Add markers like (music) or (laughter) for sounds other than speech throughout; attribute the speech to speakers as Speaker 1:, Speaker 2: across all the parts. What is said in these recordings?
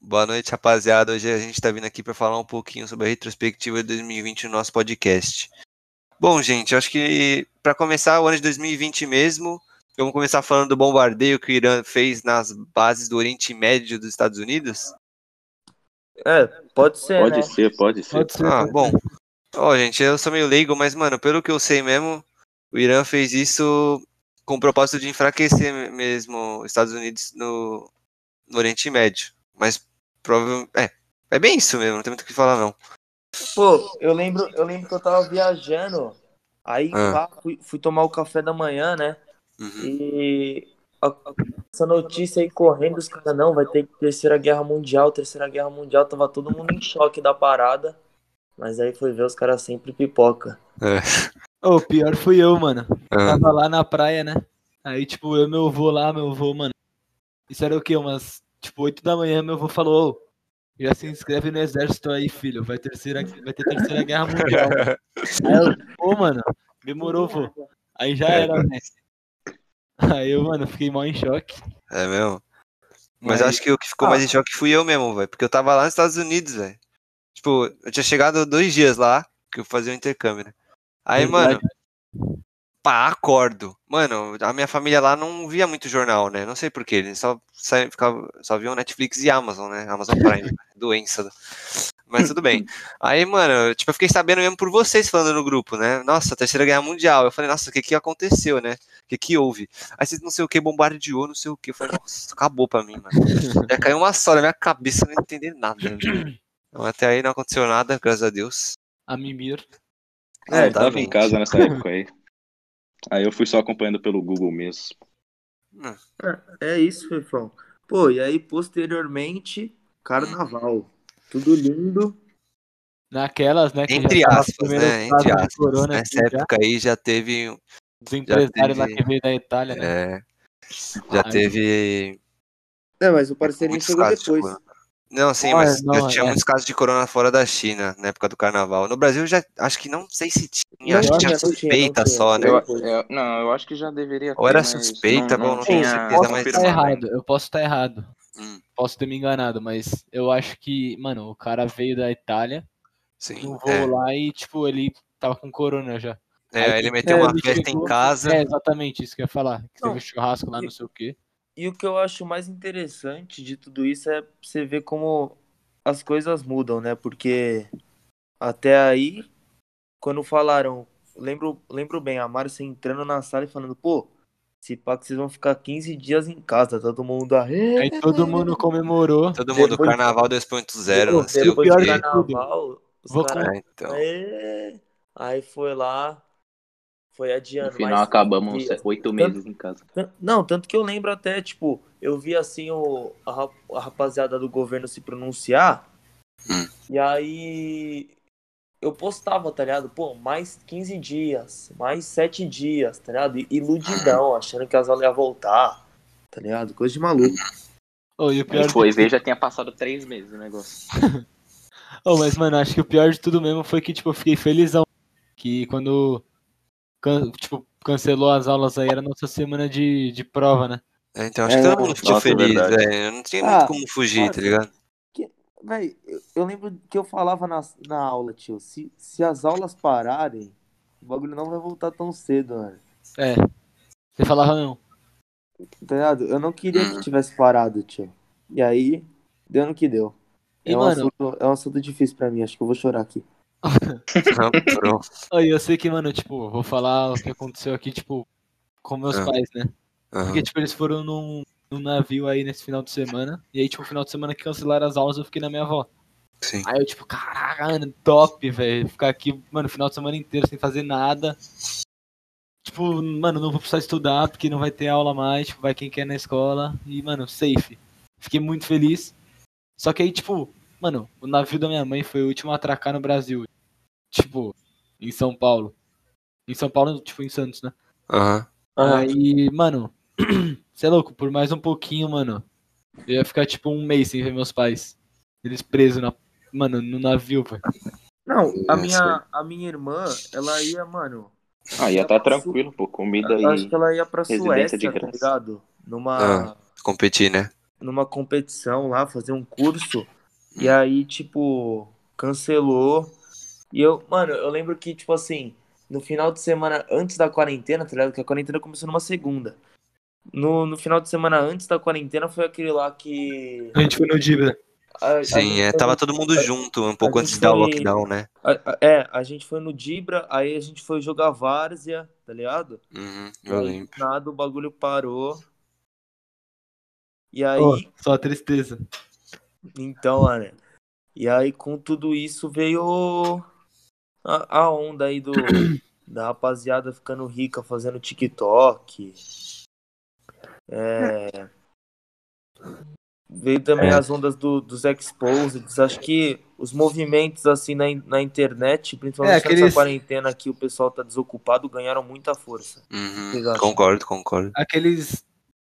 Speaker 1: Boa noite, rapaziada. Hoje a gente está vindo aqui para falar um pouquinho sobre a retrospectiva de 2020 no nosso podcast. Bom, gente, acho que para começar o ano de 2020 mesmo, vamos começar falando do bombardeio que o Irã fez nas bases do Oriente Médio dos Estados Unidos.
Speaker 2: É, pode ser.
Speaker 3: Pode
Speaker 2: né?
Speaker 3: ser, pode ser.
Speaker 4: Pode ser.
Speaker 1: Ah, bom. Ó, gente, eu sou meio leigo, mas, mano, pelo que eu sei mesmo, o Irã fez isso com o propósito de enfraquecer mesmo os Estados Unidos no, no Oriente Médio. Mas provavelmente. É, é bem isso mesmo, não tem muito o que falar, não.
Speaker 2: Pô, eu lembro, eu lembro que eu tava viajando, aí
Speaker 1: Ah.
Speaker 2: pá, fui, fui tomar o café da manhã, né?
Speaker 1: Uhum.
Speaker 2: E a- a- essa notícia aí correndo, os caras, não, vai ter Terceira Guerra Mundial, Terceira Guerra Mundial, tava todo mundo em choque da parada. Mas aí foi ver os caras sempre pipoca.
Speaker 4: Ô, pior fui eu, mano.
Speaker 1: Ah,
Speaker 4: Tava lá na praia, né? Aí, tipo, eu meu avô lá, meu avô, mano. Isso era o quê? Umas, tipo, 8 da manhã, meu avô falou, ô, já se inscreve no exército aí, filho. Vai, terceira, vai ter terceira guerra
Speaker 1: (laughs)
Speaker 4: mundial. Aí eu, ô, mano, demorou, vô. Aí já era, né? Aí eu, mano, fiquei mal em choque.
Speaker 1: é mesmo? Mas
Speaker 4: Mas- Ah.
Speaker 1: acho que o que ficou mais em choque fui eu mesmo, velho. Porque eu tava lá nos Estados Unidos, velho. Tipo, eu tinha chegado dois dias lá, que eu fazia o intercâmbio, né? Aí,
Speaker 4: Verdade.
Speaker 1: mano, pá, acordo. Mano, a minha família lá não via muito jornal, né? Não sei porquê. Eles só, saíam- ficavam, só viam Netflix e Amazon, né? Amazon
Speaker 4: (laughs)
Speaker 1: Prime. doença. (laughs) Mas tudo bem. Aí, mano, eu, tipo, eu fiquei sabendo mesmo por vocês falando no grupo, né? Nossa, terceira guerra mundial. Eu falei, nossa, o que que aconteceu, né? O que que houve? Aí vocês não sei o que, bombardeou, não sei o que. Eu falei, nossa, acabou pra
Speaker 3: (laughs)
Speaker 1: mim, mano. Já caiu uma só na minha cabeça, eu não entendi nada. Então, até aí não aconteceu nada, graças a Deus.
Speaker 4: A mimir.
Speaker 3: É, eu tava em
Speaker 1: Exatamente.
Speaker 3: casa nessa época aí. Aí eu fui só acompanhando pelo Google mesmo.
Speaker 2: É isso, Fefão. Pô, e aí posteriormente, carnaval. Tudo lindo.
Speaker 4: Naquelas, né? que
Speaker 1: Entre
Speaker 4: já tava
Speaker 1: aspas,
Speaker 4: primeiro
Speaker 1: né?
Speaker 4: caso
Speaker 1: Entre
Speaker 4: de
Speaker 1: aspas.
Speaker 4: corona
Speaker 1: Nessa
Speaker 4: aqui já.
Speaker 1: época aí já teve.
Speaker 4: Dos empresários lá
Speaker 1: teve-
Speaker 4: que veio da Itália, né?
Speaker 1: é, já
Speaker 4: Aí-
Speaker 1: teve.
Speaker 2: É, mas o parceirinho
Speaker 1: muitos
Speaker 2: chegou
Speaker 1: casos de
Speaker 2: depois.
Speaker 1: corona. Não, sim,
Speaker 4: Ah,
Speaker 1: mas
Speaker 4: não,
Speaker 1: já tinha
Speaker 4: é.
Speaker 1: muitos casos de corona fora da China, na época do carnaval. No Brasil, já acho que não sei se tinha,
Speaker 2: Não
Speaker 1: acho que tinha
Speaker 2: tinha, não tinha,
Speaker 1: suspeita
Speaker 2: não tinha.
Speaker 1: só, né?
Speaker 2: Eu-
Speaker 3: não, eu acho que já deveria
Speaker 1: Ou era suspeita, bom, não tenho
Speaker 4: tinha
Speaker 1: certeza,
Speaker 4: posso
Speaker 1: mas...
Speaker 4: estar Tá
Speaker 3: É
Speaker 4: errado, eu posso estar errado.
Speaker 1: Hum.
Speaker 4: Posso ter me enganado, mas eu acho que, mano, o cara veio da Itália,
Speaker 1: Sim,
Speaker 4: no voo lá e, tipo, ele tava com corona já.
Speaker 1: é, é,
Speaker 4: Aí,
Speaker 1: ele
Speaker 4: tipo,
Speaker 1: meteu uma
Speaker 4: ele
Speaker 1: festa em
Speaker 4: chegou-
Speaker 1: casa.
Speaker 4: É, exatamente isso que eu ia falar. Que
Speaker 2: Não.
Speaker 4: teve churrasco lá, não sei o quê.
Speaker 2: E o que eu acho mais interessante de tudo isso é você ver como as coisas mudam, né? Porque até aí, quando falaram, lembro, lembro bem, a Márcia entrando na sala e falando, pô, se pá que vocês vão ficar 15 dias em casa, todo mundo
Speaker 4: Aí
Speaker 2: aí.
Speaker 4: todo mundo comemorou.
Speaker 1: Todo mundo,
Speaker 2: Depois-
Speaker 1: carnaval 2.0, não sei o
Speaker 2: Depois do
Speaker 4: né? pior
Speaker 1: quê.
Speaker 4: de tudo.
Speaker 2: carnaval, os
Speaker 4: Vou
Speaker 2: caras.
Speaker 1: É, então.
Speaker 2: "Aê". É. Aí foi lá, foi
Speaker 3: No
Speaker 2: adiando.
Speaker 3: final
Speaker 2: mais
Speaker 3: acabamos é,
Speaker 2: dias.
Speaker 3: oito
Speaker 2: né? Tanto-
Speaker 3: meses em casa.
Speaker 2: Tan- Não, tanto que eu lembro até, tipo, eu vi assim o, a, ra- a rapaziada do governo se pronunciar.
Speaker 1: Hum.
Speaker 2: E aí eu postava, tá ligado? Pô, mais 15 dias, mais 7 dias, tá ligado? E- Iludidão, achando que as aulas iam voltar, tá ligado? Coisa de maluco.
Speaker 4: Ô, e o pior de-
Speaker 3: foi ver, já tinha passado três meses o negócio.
Speaker 4: Ô, Oh, mas, mano, acho que o pior de tudo mesmo foi que, tipo, eu fiquei felizão. Que quando, can- tipo, cancelou as aulas aí, era a nossa semana de, de prova, né?
Speaker 1: É, então, acho que
Speaker 2: É,
Speaker 1: todo mundo ficou
Speaker 3: nossa,
Speaker 1: feliz,
Speaker 3: verdade.
Speaker 1: velho. Não tinha muito
Speaker 2: Ah,
Speaker 1: como fugir, tá
Speaker 2: nossa.
Speaker 1: ligado?
Speaker 2: Véi, eu, eu lembro que eu falava na, na aula, tio, se, se as aulas pararem, o bagulho não vai voltar tão cedo, mano.
Speaker 4: É. Você falava, não.
Speaker 2: Tá ligado? Eu não queria
Speaker 3: Hum.
Speaker 2: que tivesse parado, tio. E aí, deu no que deu.
Speaker 4: E,
Speaker 2: é, um
Speaker 4: mano,
Speaker 2: assunto, é um assunto difícil pra mim, acho que eu vou chorar aqui.
Speaker 1: Não, pronto.
Speaker 4: Aí eu sei que, mano, tipo, vou falar o que aconteceu aqui, tipo, com meus
Speaker 1: Ah.
Speaker 4: pais, né?
Speaker 1: Aham.
Speaker 4: Porque, tipo, eles foram num, num navio aí nesse final de semana. E aí, tipo, o final de semana que cancelaram as aulas, eu fiquei na minha avó.
Speaker 1: Sim.
Speaker 4: Aí eu, tipo, caraca, mano, top, velho. Ficar aqui, mano, o final de semana inteiro sem fazer nada. Tipo, mano, não vou precisar estudar, porque não vai ter aula mais, tipo, vai quem quer na escola. E, mano, safe. Fiquei muito feliz. Só que aí, tipo, mano, o navio da minha mãe foi o último a atracar no Brasil. Tipo, em São Paulo. Em São Paulo, tipo, em Santos, né?
Speaker 1: Aham.
Speaker 4: Aí, mano, (clears throat) você é louco, por mais um pouquinho, mano, eu ia ficar tipo um mês sem ver meus pais. Eles presos na, mano, no navio, velho.
Speaker 2: Não,
Speaker 1: Nossa.
Speaker 2: a minha, a minha irmã, ela ia, mano.
Speaker 3: Ah, ia tá tranquilo, pô. Comida
Speaker 2: é Eu acho
Speaker 3: e
Speaker 2: que é- ela ia pra
Speaker 3: Residência
Speaker 2: Suécia,
Speaker 3: de
Speaker 2: tá
Speaker 3: graça.
Speaker 2: ligado? Numa.
Speaker 1: Ah. Competir, né?
Speaker 2: numa competição lá, fazer um curso.
Speaker 1: Hum.
Speaker 2: E aí, tipo, cancelou. E eu, mano, eu lembro que, tipo assim, no final de semana antes da quarentena, tá ligado? Que a quarentena começou numa segunda. No, no final de semana antes da quarentena foi aquele lá que.
Speaker 4: A gente foi no Dibra.
Speaker 2: a- a
Speaker 1: Sim,
Speaker 2: gente
Speaker 1: é,
Speaker 2: foi
Speaker 1: tava
Speaker 2: no-
Speaker 1: todo mundo junto, um pouco
Speaker 2: a
Speaker 1: antes de
Speaker 2: gente
Speaker 1: dar o
Speaker 2: foi-
Speaker 1: lockdown, né?
Speaker 2: a- a- É, a gente foi no Dibra, aí a gente foi jogar várzea, tá ligado?
Speaker 1: Uhum,
Speaker 2: E
Speaker 1: eu
Speaker 2: aí,
Speaker 1: lembro.
Speaker 2: do Nada, o bagulho parou. E aí,
Speaker 4: Pô, só tristeza.
Speaker 2: então, mano. E aí, com tudo isso, veio a, a onda
Speaker 4: (clears throat)
Speaker 2: aí do, da rapaziada ficando rica, fazendo TikTok. É, Veio também
Speaker 1: É.
Speaker 2: as ondas do, dos Exposeds. Acho que os movimentos assim na, in- na internet, principalmente
Speaker 4: É, aqueles-
Speaker 2: nessa quarentena que o pessoal tá desocupado, ganharam muita força.
Speaker 1: Uhum,
Speaker 2: Vocês acham?
Speaker 1: concordo, concordo.
Speaker 4: Aqueles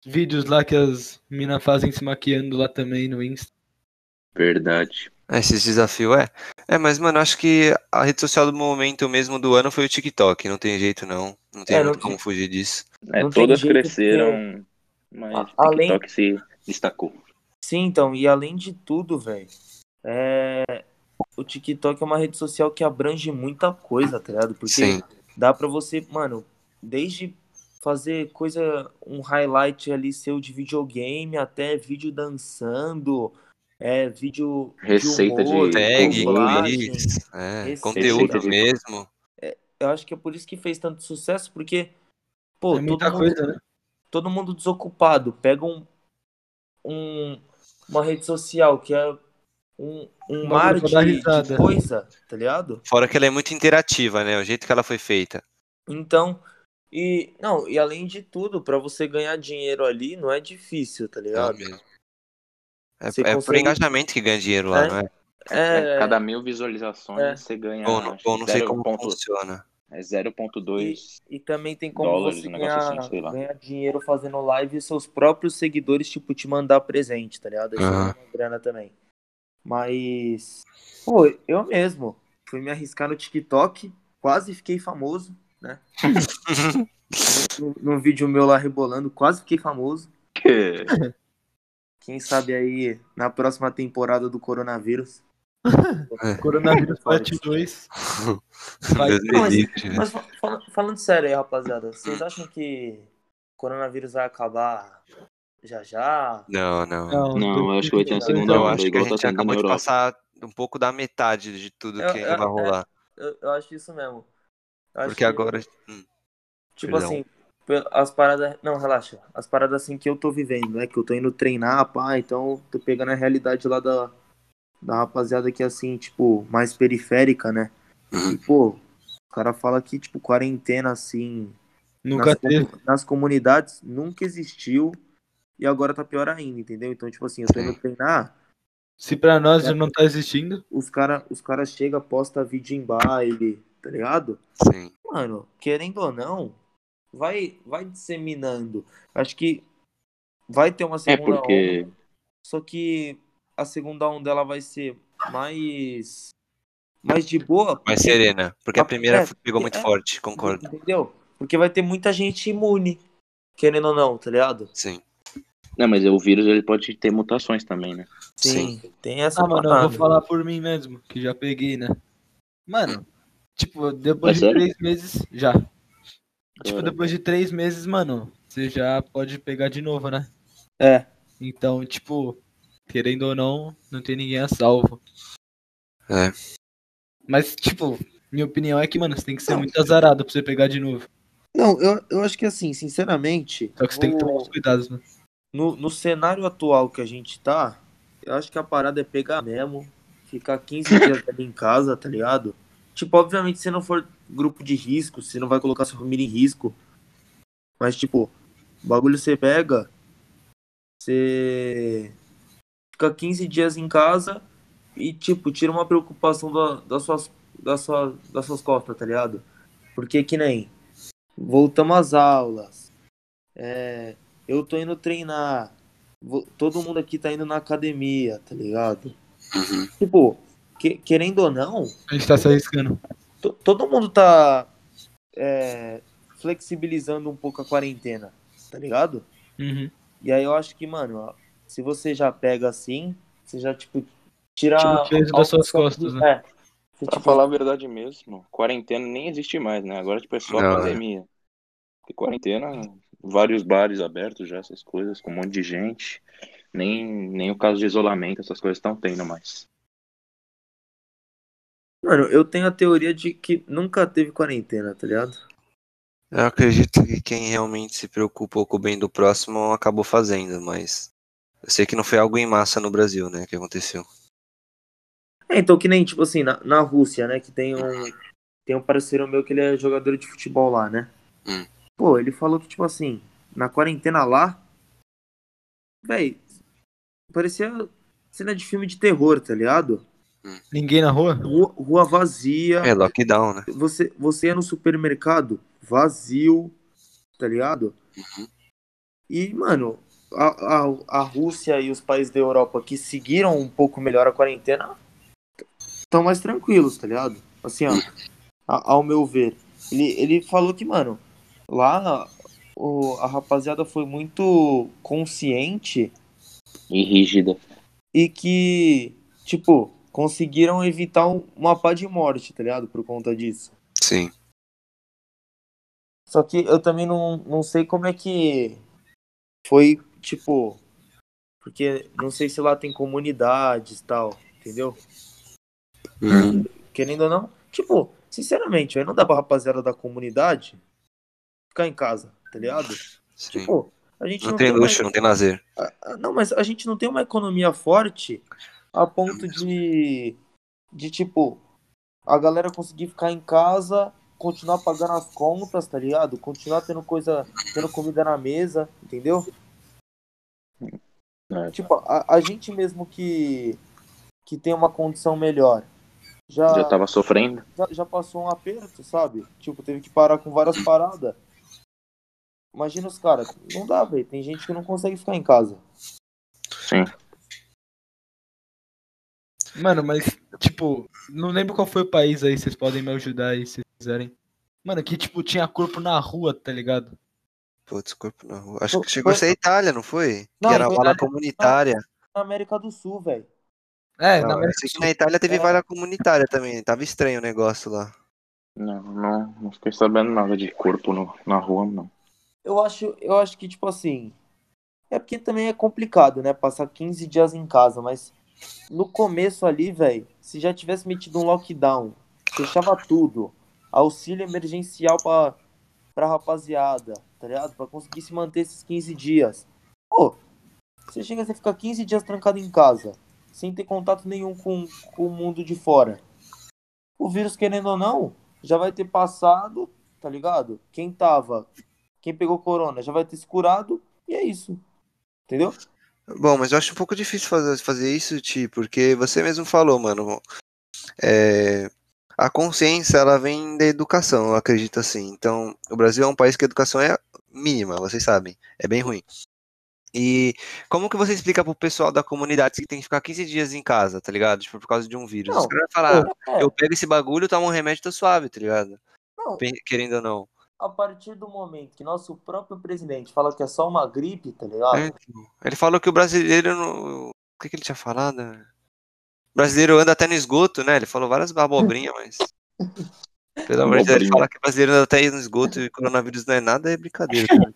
Speaker 4: vídeos lá que as minas fazem se maquiando lá também no Insta.
Speaker 3: Verdade.
Speaker 1: É, Esses desafios, é. É, mas, mano, acho que a rede social do momento mesmo do ano foi o TikTok. Não tem jeito, não. Não tem
Speaker 2: É,
Speaker 1: muito
Speaker 2: não-
Speaker 1: como fugir disso.
Speaker 3: É,
Speaker 2: Não tem
Speaker 3: todas
Speaker 2: jeito,
Speaker 3: cresceram, mas
Speaker 2: A-
Speaker 3: o
Speaker 2: além-
Speaker 3: TikTok se destacou.
Speaker 2: Sim, então, e além de tudo, velho, é, o TikTok é uma rede social que abrange muita coisa, tá ligado? Porque
Speaker 1: Sim.
Speaker 2: dá pra você, mano, desde fazer coisa, um highlight ali seu de videogame, até vídeo dançando, é, vídeo
Speaker 3: Receita de
Speaker 2: humor,
Speaker 1: Tag,
Speaker 2: dublagem.
Speaker 1: quiz, é,
Speaker 2: receita.
Speaker 1: conteúdo
Speaker 3: Receita de-
Speaker 1: mesmo.
Speaker 2: Eu acho que é por isso que fez tanto sucesso, porque, pô,
Speaker 4: é muita
Speaker 2: todo mundo
Speaker 4: coisa, né?
Speaker 2: todo mundo desocupado. Pega um, um- uma rede social que é um, um
Speaker 4: Bagulho
Speaker 2: mar
Speaker 4: pra
Speaker 2: de,
Speaker 4: dar
Speaker 2: de
Speaker 4: risada.
Speaker 2: coisa, tá ligado?
Speaker 1: Fora que ela é muito interativa, né? O jeito que ela foi feita.
Speaker 2: Então, e não, e além de tudo, pra você ganhar dinheiro ali não é difícil, tá
Speaker 1: não
Speaker 2: ligado?
Speaker 1: mesmo. É,
Speaker 2: Você
Speaker 1: é por
Speaker 2: consegue-
Speaker 1: engajamento que ganha dinheiro lá,
Speaker 2: É,
Speaker 1: não é?
Speaker 2: É,
Speaker 3: É, cada mil visualizações
Speaker 2: É.
Speaker 3: você ganha
Speaker 1: Ou não, ou não sei como
Speaker 3: 0,2
Speaker 1: funciona.
Speaker 3: é 0.2.
Speaker 2: e também tem como
Speaker 3: dólares,
Speaker 2: você
Speaker 3: um negócio
Speaker 2: ganhar,
Speaker 3: assim, sei lá.
Speaker 2: ganhar dinheiro fazendo live e seus próprios seguidores, tipo, te mandar presente, tá ligado? Isso
Speaker 1: Aham.
Speaker 2: é uma grana também. Mas, pô, eu mesmo fui me arriscar no TikTok, quase fiquei famoso, né? num, num vídeo meu lá rebolando, quase fiquei famoso.
Speaker 3: Que-
Speaker 2: Quem sabe aí na próxima temporada do coronavírus.
Speaker 4: Coronavírus parte
Speaker 2: parte
Speaker 4: 2. Vai-
Speaker 1: Deus me
Speaker 2: Não, mas-
Speaker 1: livre, velho.
Speaker 2: Mas fa- fala- falando sério aí, rapaziada, vocês acham que o coronavírus vai acabar já já?
Speaker 1: Não, não.
Speaker 3: Não, eu acho que vai ter uma segunda
Speaker 1: Eu
Speaker 3: onda,
Speaker 1: acho que a
Speaker 3: igual tá
Speaker 1: gente
Speaker 3: tendo na
Speaker 1: acabou de
Speaker 3: Europa.
Speaker 1: passar um pouco da metade de tudo
Speaker 2: É,
Speaker 1: que
Speaker 2: é,
Speaker 1: ainda vai
Speaker 2: é.
Speaker 1: rolar.
Speaker 2: Eu, eu acho isso mesmo. Eu acho
Speaker 1: Porque
Speaker 2: que,
Speaker 1: agora. hum,
Speaker 2: Tipo
Speaker 1: perdão.
Speaker 2: assim, pe- as paradas. Não, relaxa. As paradas assim que eu tô vivendo, né? Que eu tô indo treinar, pá, então tô pegando a realidade lá da, da rapaziada que é assim, tipo, mais periférica, né? E, pô, o cara fala que, tipo, quarentena assim.
Speaker 4: Nunca
Speaker 2: nas, com-
Speaker 4: teve.
Speaker 2: nas comunidades nunca existiu e agora tá pior ainda, entendeu? Então, tipo assim, eu tô indo
Speaker 1: Sim.
Speaker 2: treinar,
Speaker 4: Se pra nós já não tá existindo,
Speaker 2: os caras os cara chegam, posta vídeo em baile, tá ligado?
Speaker 1: Sim.
Speaker 2: Mano, querendo ou não, vai, vai disseminando. Acho que vai ter uma
Speaker 3: É
Speaker 2: segunda onda,
Speaker 3: porque
Speaker 2: só que a segunda onda ela vai ser mais, mais de boa.
Speaker 1: Mais serena. Porque a
Speaker 2: Ah,
Speaker 1: primeira
Speaker 2: é,
Speaker 1: pegou muito
Speaker 2: é.
Speaker 1: forte, concordo.
Speaker 2: Entendeu? Porque vai ter muita gente imune, querendo ou não, tá ligado?
Speaker 1: Sim.
Speaker 3: Não, mas o vírus ele pode ter mutações também, né?
Speaker 1: Sim.
Speaker 2: Tem essa
Speaker 4: ah, mano, eu
Speaker 2: parada.
Speaker 4: vou falar por mim mesmo, que já peguei, né? Mano, tipo,
Speaker 3: É
Speaker 4: depois de
Speaker 3: sério?
Speaker 4: três meses, já. Tipo,
Speaker 3: Cara.
Speaker 4: depois de três meses, mano, você já pode pegar de novo, né?
Speaker 2: É.
Speaker 4: Então, tipo, querendo ou não, não tem ninguém a salvo.
Speaker 1: É.
Speaker 4: Mas, tipo, minha opinião é que, mano, você tem que ser muito azarado pra você pegar de novo.
Speaker 2: Não, eu, eu acho que assim, sinceramente,
Speaker 4: Só que você tem que tomar um
Speaker 2: no,
Speaker 4: uns cuidados, né? mano.
Speaker 2: no, no cenário atual que a gente tá, eu acho que a parada é pegar mesmo, ficar 15 dias ali em casa, tá ligado? Tipo, obviamente, se não for grupo de risco, você não vai colocar sua família em risco. Mas, tipo, o bagulho você pega, você fica 15 dias em casa e, tipo, tira uma preocupação da, das, suas, das, suas, das suas costas, tá ligado? Porque que nem voltamos às aulas, é, eu tô indo treinar, vo- todo mundo aqui tá indo na academia, tá ligado?
Speaker 1: Uhum.
Speaker 2: Tipo, que- querendo ou não,
Speaker 4: A gente tá se arriscando.
Speaker 2: to- todo mundo tá é, flexibilizando um pouco a quarentena, tá ligado?
Speaker 4: Uhum.
Speaker 2: E aí eu acho que, mano, ó, se você já pega assim, você já, tipo, tira...
Speaker 4: Tira o peso das
Speaker 2: algo
Speaker 4: suas
Speaker 2: que você-
Speaker 4: costas, né?
Speaker 2: É. Você,
Speaker 3: Pra
Speaker 2: tipo,
Speaker 3: falar a verdade mesmo, quarentena nem existe mais, né? Agora, tipo, é só
Speaker 1: Não,
Speaker 3: pandemia. Porque quarentena, vários bares abertos já, essas coisas, com um monte de gente. Nem, nem o caso de isolamento, essas coisas estão tendo mais.
Speaker 2: Mano, eu tenho a teoria de que nunca teve quarentena, tá ligado?
Speaker 1: Eu acredito que quem realmente se preocupa com o bem do próximo acabou fazendo, mas eu sei que não foi algo em massa no Brasil, né, que aconteceu.
Speaker 2: É, então que nem, tipo assim, na, na Rússia, né? Que tem um, tem um parceiro meu que ele é jogador de futebol lá, né?
Speaker 1: Hum.
Speaker 2: Pô, ele falou que, tipo assim, na quarentena lá, véi, parecia cena de filme de terror, tá ligado?
Speaker 4: Ninguém na rua?
Speaker 2: Rua, rua vazia,
Speaker 1: É lockdown, né?
Speaker 2: você, você ia no supermercado vazio, tá ligado? E, mano, a, a, a Rússia e os países da Europa que seguiram um pouco melhor a quarentena estão mais tranquilos, tá ligado? Assim, ó, a- ao meu ver. Ele, ele falou que, mano, lá o, a rapaziada foi muito consciente
Speaker 3: E rígida.
Speaker 2: e que, tipo, conseguiram evitar um- uma pá de morte, tá ligado? Por conta disso.
Speaker 1: Sim.
Speaker 2: Só que eu também não, não sei como é que foi, tipo. Porque não sei se lá tem comunidades e tal, entendeu?
Speaker 1: Hum.
Speaker 2: Querendo ou não. Tipo, sinceramente, aí não dá pra rapaziada da comunidade ficar em casa, tá ligado?
Speaker 1: Sim.
Speaker 2: Tipo, a gente não,
Speaker 1: Não tem
Speaker 2: uma-
Speaker 1: luxo, não tem lazer.
Speaker 2: ah, Não, mas a gente não tem uma economia forte a ponto de, de tipo, a galera conseguir ficar em casa, continuar pagando as contas, tá ligado? Continuar tendo coisa, tendo comida na mesa, entendeu?
Speaker 3: É.
Speaker 2: Tipo, a, a gente mesmo que, que tem uma condição melhor já,
Speaker 3: Já tá tava sofrendo.
Speaker 2: já, já passou um aperto, sabe? Tipo, teve que parar com várias paradas. Imagina os caras, não dá, velho. Tem gente que não consegue ficar em casa.
Speaker 3: Sim.
Speaker 4: Mano, mas, tipo, não lembro qual foi o país aí, vocês podem me ajudar aí se quiserem. Mano, que, tipo, tinha corpo na rua, tá ligado?
Speaker 1: Putz, corpo na rua. Acho
Speaker 2: Foi-
Speaker 1: que chegou a
Speaker 2: foi-
Speaker 1: ser Itália, não foi?
Speaker 2: Não, é
Speaker 1: que era
Speaker 2: foi-
Speaker 1: bala comunitária.
Speaker 2: na América do Sul, velho.
Speaker 4: É,
Speaker 1: Não,
Speaker 4: na
Speaker 1: eu
Speaker 4: América
Speaker 1: sei
Speaker 4: do
Speaker 1: que
Speaker 4: Sul.
Speaker 1: na Itália teve
Speaker 2: É.
Speaker 1: bala comunitária também. Tava estranho o negócio lá.
Speaker 3: Não, não, não fiquei sabendo nada de corpo no- na rua, não.
Speaker 2: Eu acho, eu acho que, tipo assim. É porque também é complicado, né? Passar 15 dias em casa, mas no começo ali, velho, se já tivesse metido um lockdown, fechava tudo, auxílio emergencial pra, pra rapaziada, tá ligado? Pra conseguir se manter esses 15 dias. Pô, você chega a ficar 15 dias trancado em casa, sem ter contato nenhum com, com o mundo de fora. O vírus, querendo ou não, já vai ter passado, tá ligado? Quem tava quem pegou corona já vai ter se curado e é isso. Entendeu?
Speaker 1: Bom, mas eu acho um pouco difícil fazer, fazer isso, Ti, porque você mesmo falou, mano. é, a consciência, ela vem da educação, eu acredito assim. Então, o Brasil é um país que a educação é mínima, vocês sabem. É bem ruim. E como que você explica pro pessoal da comunidade que tem que ficar 15 dias em casa, tá ligado? Tipo, por causa de um vírus. Os
Speaker 2: Não,
Speaker 1: caras vão falar,
Speaker 2: É,
Speaker 1: eu pego esse bagulho, tomo um remédio, tô suave, tá ligado?
Speaker 2: não,
Speaker 1: Pe- Querendo ou não.
Speaker 2: a partir do momento que nosso próprio presidente fala que é só uma gripe, tá ligado?
Speaker 1: É, então. Ele falou que o brasileiro. não- O que, que ele tinha falado? O brasileiro anda até no esgoto, né? Ele falou várias abobrinhas, mas. Pelo amor de Deus, ele
Speaker 3: Abobrinha.
Speaker 1: fala que o brasileiro anda até no esgoto e coronavírus não é nada, é brincadeira. cara.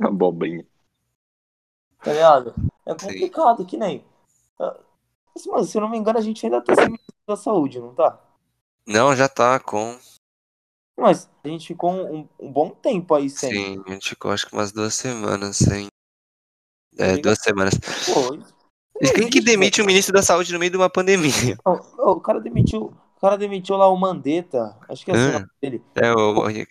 Speaker 3: Abobrinha.
Speaker 2: Tá ligado? É complicado, que nem. ah, Mas, mano, se eu não me engano, a gente ainda tá sem ministro da saúde, não tá?
Speaker 1: Não, já tá com.
Speaker 2: Mas a gente ficou um, um bom tempo aí sem.
Speaker 1: Sim, a gente ficou acho que umas duas semanas sem. É,
Speaker 2: Obrigado.
Speaker 1: duas semanas.
Speaker 2: Pô, isso
Speaker 1: E
Speaker 2: não
Speaker 1: quem que
Speaker 2: existe,
Speaker 1: demite o ministro da saúde no meio de uma pandemia? (laughs)
Speaker 2: Não, o o cara demitiu. O cara demitiu lá o Mandetta. Acho que é assim o
Speaker 1: Ah.
Speaker 2: nome dele.
Speaker 1: É o. o- é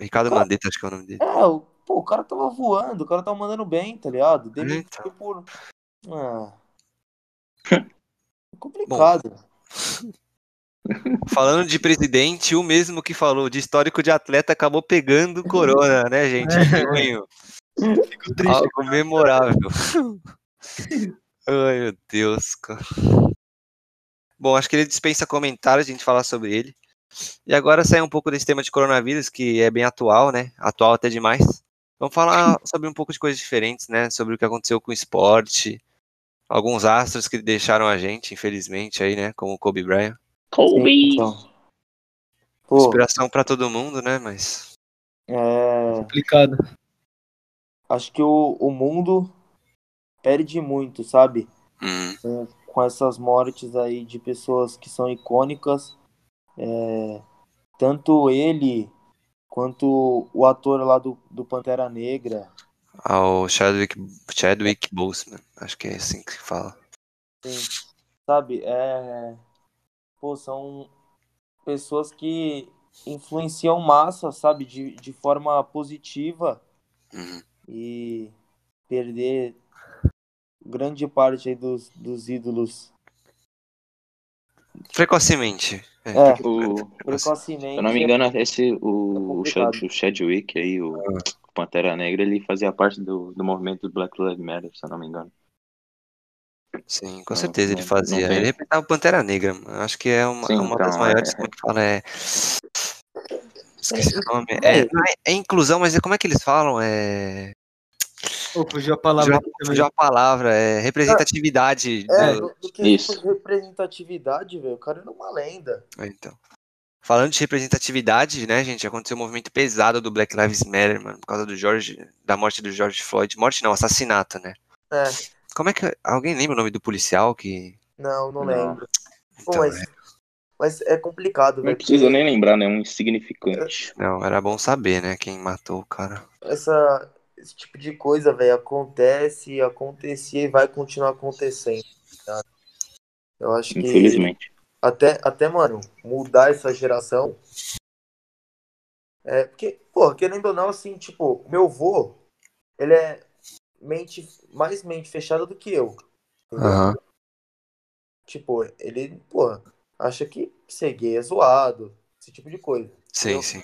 Speaker 1: Ricardo Mandetta, acho que é o nome dele.
Speaker 2: É, o, pô, o cara tava voando, o cara tava mandando bem, tá ligado? Demitiu
Speaker 1: Então.
Speaker 2: por. Ah. É complicado.
Speaker 1: Falando de presidente, o mesmo que falou de histórico de atleta acabou pegando corona, né, gente? Em junho.
Speaker 4: Fico triste.
Speaker 1: Algo memorável. Ai, meu Deus, cara. Bom, acho que ele dispensa comentários a gente falar sobre ele. E agora sai um pouco desse tema de coronavírus, que é bem atual, né? Atual até demais. Vamos falar sobre um pouco de coisas diferentes, né? Sobre o que aconteceu com o esporte. Alguns astros que deixaram a gente, infelizmente, aí, né? Como o Kobe Bryant.
Speaker 3: Kobe!
Speaker 2: Então. Pô,
Speaker 1: Inspiração pra todo mundo, né? Mas.
Speaker 2: é,
Speaker 4: Complicado.
Speaker 2: acho que o, o mundo perde muito, sabe?
Speaker 3: Uhum.
Speaker 1: Hum,
Speaker 2: com essas mortes aí de pessoas que são icônicas. É, tanto ele quanto o ator lá do, do Pantera Negra.
Speaker 1: ao Chadwick, Chadwick Boseman. Acho que é assim que se fala.
Speaker 2: assim, sabe? É, pô, são pessoas que influenciam massa, sabe? De, de forma positiva.
Speaker 1: Uhum.
Speaker 2: E perder grande parte aí dos, dos ídolos
Speaker 1: Precocemente.
Speaker 2: É,
Speaker 3: O,
Speaker 2: precocemente.
Speaker 3: se eu não me engano, esse, o, o,
Speaker 2: complicado.
Speaker 3: Chad, o Chadwick aí, o
Speaker 2: Ah.
Speaker 3: Pantera Negra, ele fazia parte do, do movimento do Black Lives Matter, se eu não me engano.
Speaker 1: Sim, com
Speaker 3: Não,
Speaker 1: certeza ele
Speaker 3: não-
Speaker 1: fazia.
Speaker 3: não tem.
Speaker 1: ele representava o Pantera Negra. mano. Acho que é uma,
Speaker 3: Sim,
Speaker 1: uma das
Speaker 3: então,
Speaker 1: maiores.
Speaker 3: é.
Speaker 1: Como é que fala? É... Esqueci o nome. É, não é- é inclusão, mas é- como é que eles falam? É.
Speaker 4: Ô, fugiu a palavra
Speaker 1: Já-
Speaker 4: aqui também.
Speaker 1: Fugiu a palavra. É representatividade. né?
Speaker 2: É,
Speaker 1: do-
Speaker 2: do, do que
Speaker 3: Isso.
Speaker 2: tipo de representatividade, velho. O cara era uma lenda.
Speaker 1: É, Então. Falando de representatividade, né, gente? Aconteceu um movimento pesado do Black Lives Matter, mano, por causa do George, da morte do George Floyd. Morte não, assassinato, né?
Speaker 2: É,
Speaker 1: Como é que. Alguém lembra o nome do policial que.
Speaker 2: não, não
Speaker 3: Não. é.
Speaker 2: lembro. Pô,
Speaker 1: Então,
Speaker 2: mas, mas é complicado,
Speaker 3: Não
Speaker 2: velho.
Speaker 3: precisa
Speaker 2: porque
Speaker 3: nem lembrar, né? Um insignificante.
Speaker 1: Não, era bom saber, né? Quem matou o cara.
Speaker 2: Essa, esse tipo de coisa, velho, acontece, acontecia e vai continuar acontecendo. tá? Eu acho que.
Speaker 3: Infelizmente.
Speaker 2: Até, até, mano, mudar essa geração. É, porque, pô, querendo ou não, assim, tipo, meu vô, ele é mente, mais mente fechada do que eu. entendeu?
Speaker 1: Aham.
Speaker 2: Tipo, ele, pô, acha que ser gay é zoado, esse tipo de coisa.
Speaker 1: Sim,
Speaker 2: Eu-
Speaker 1: sim.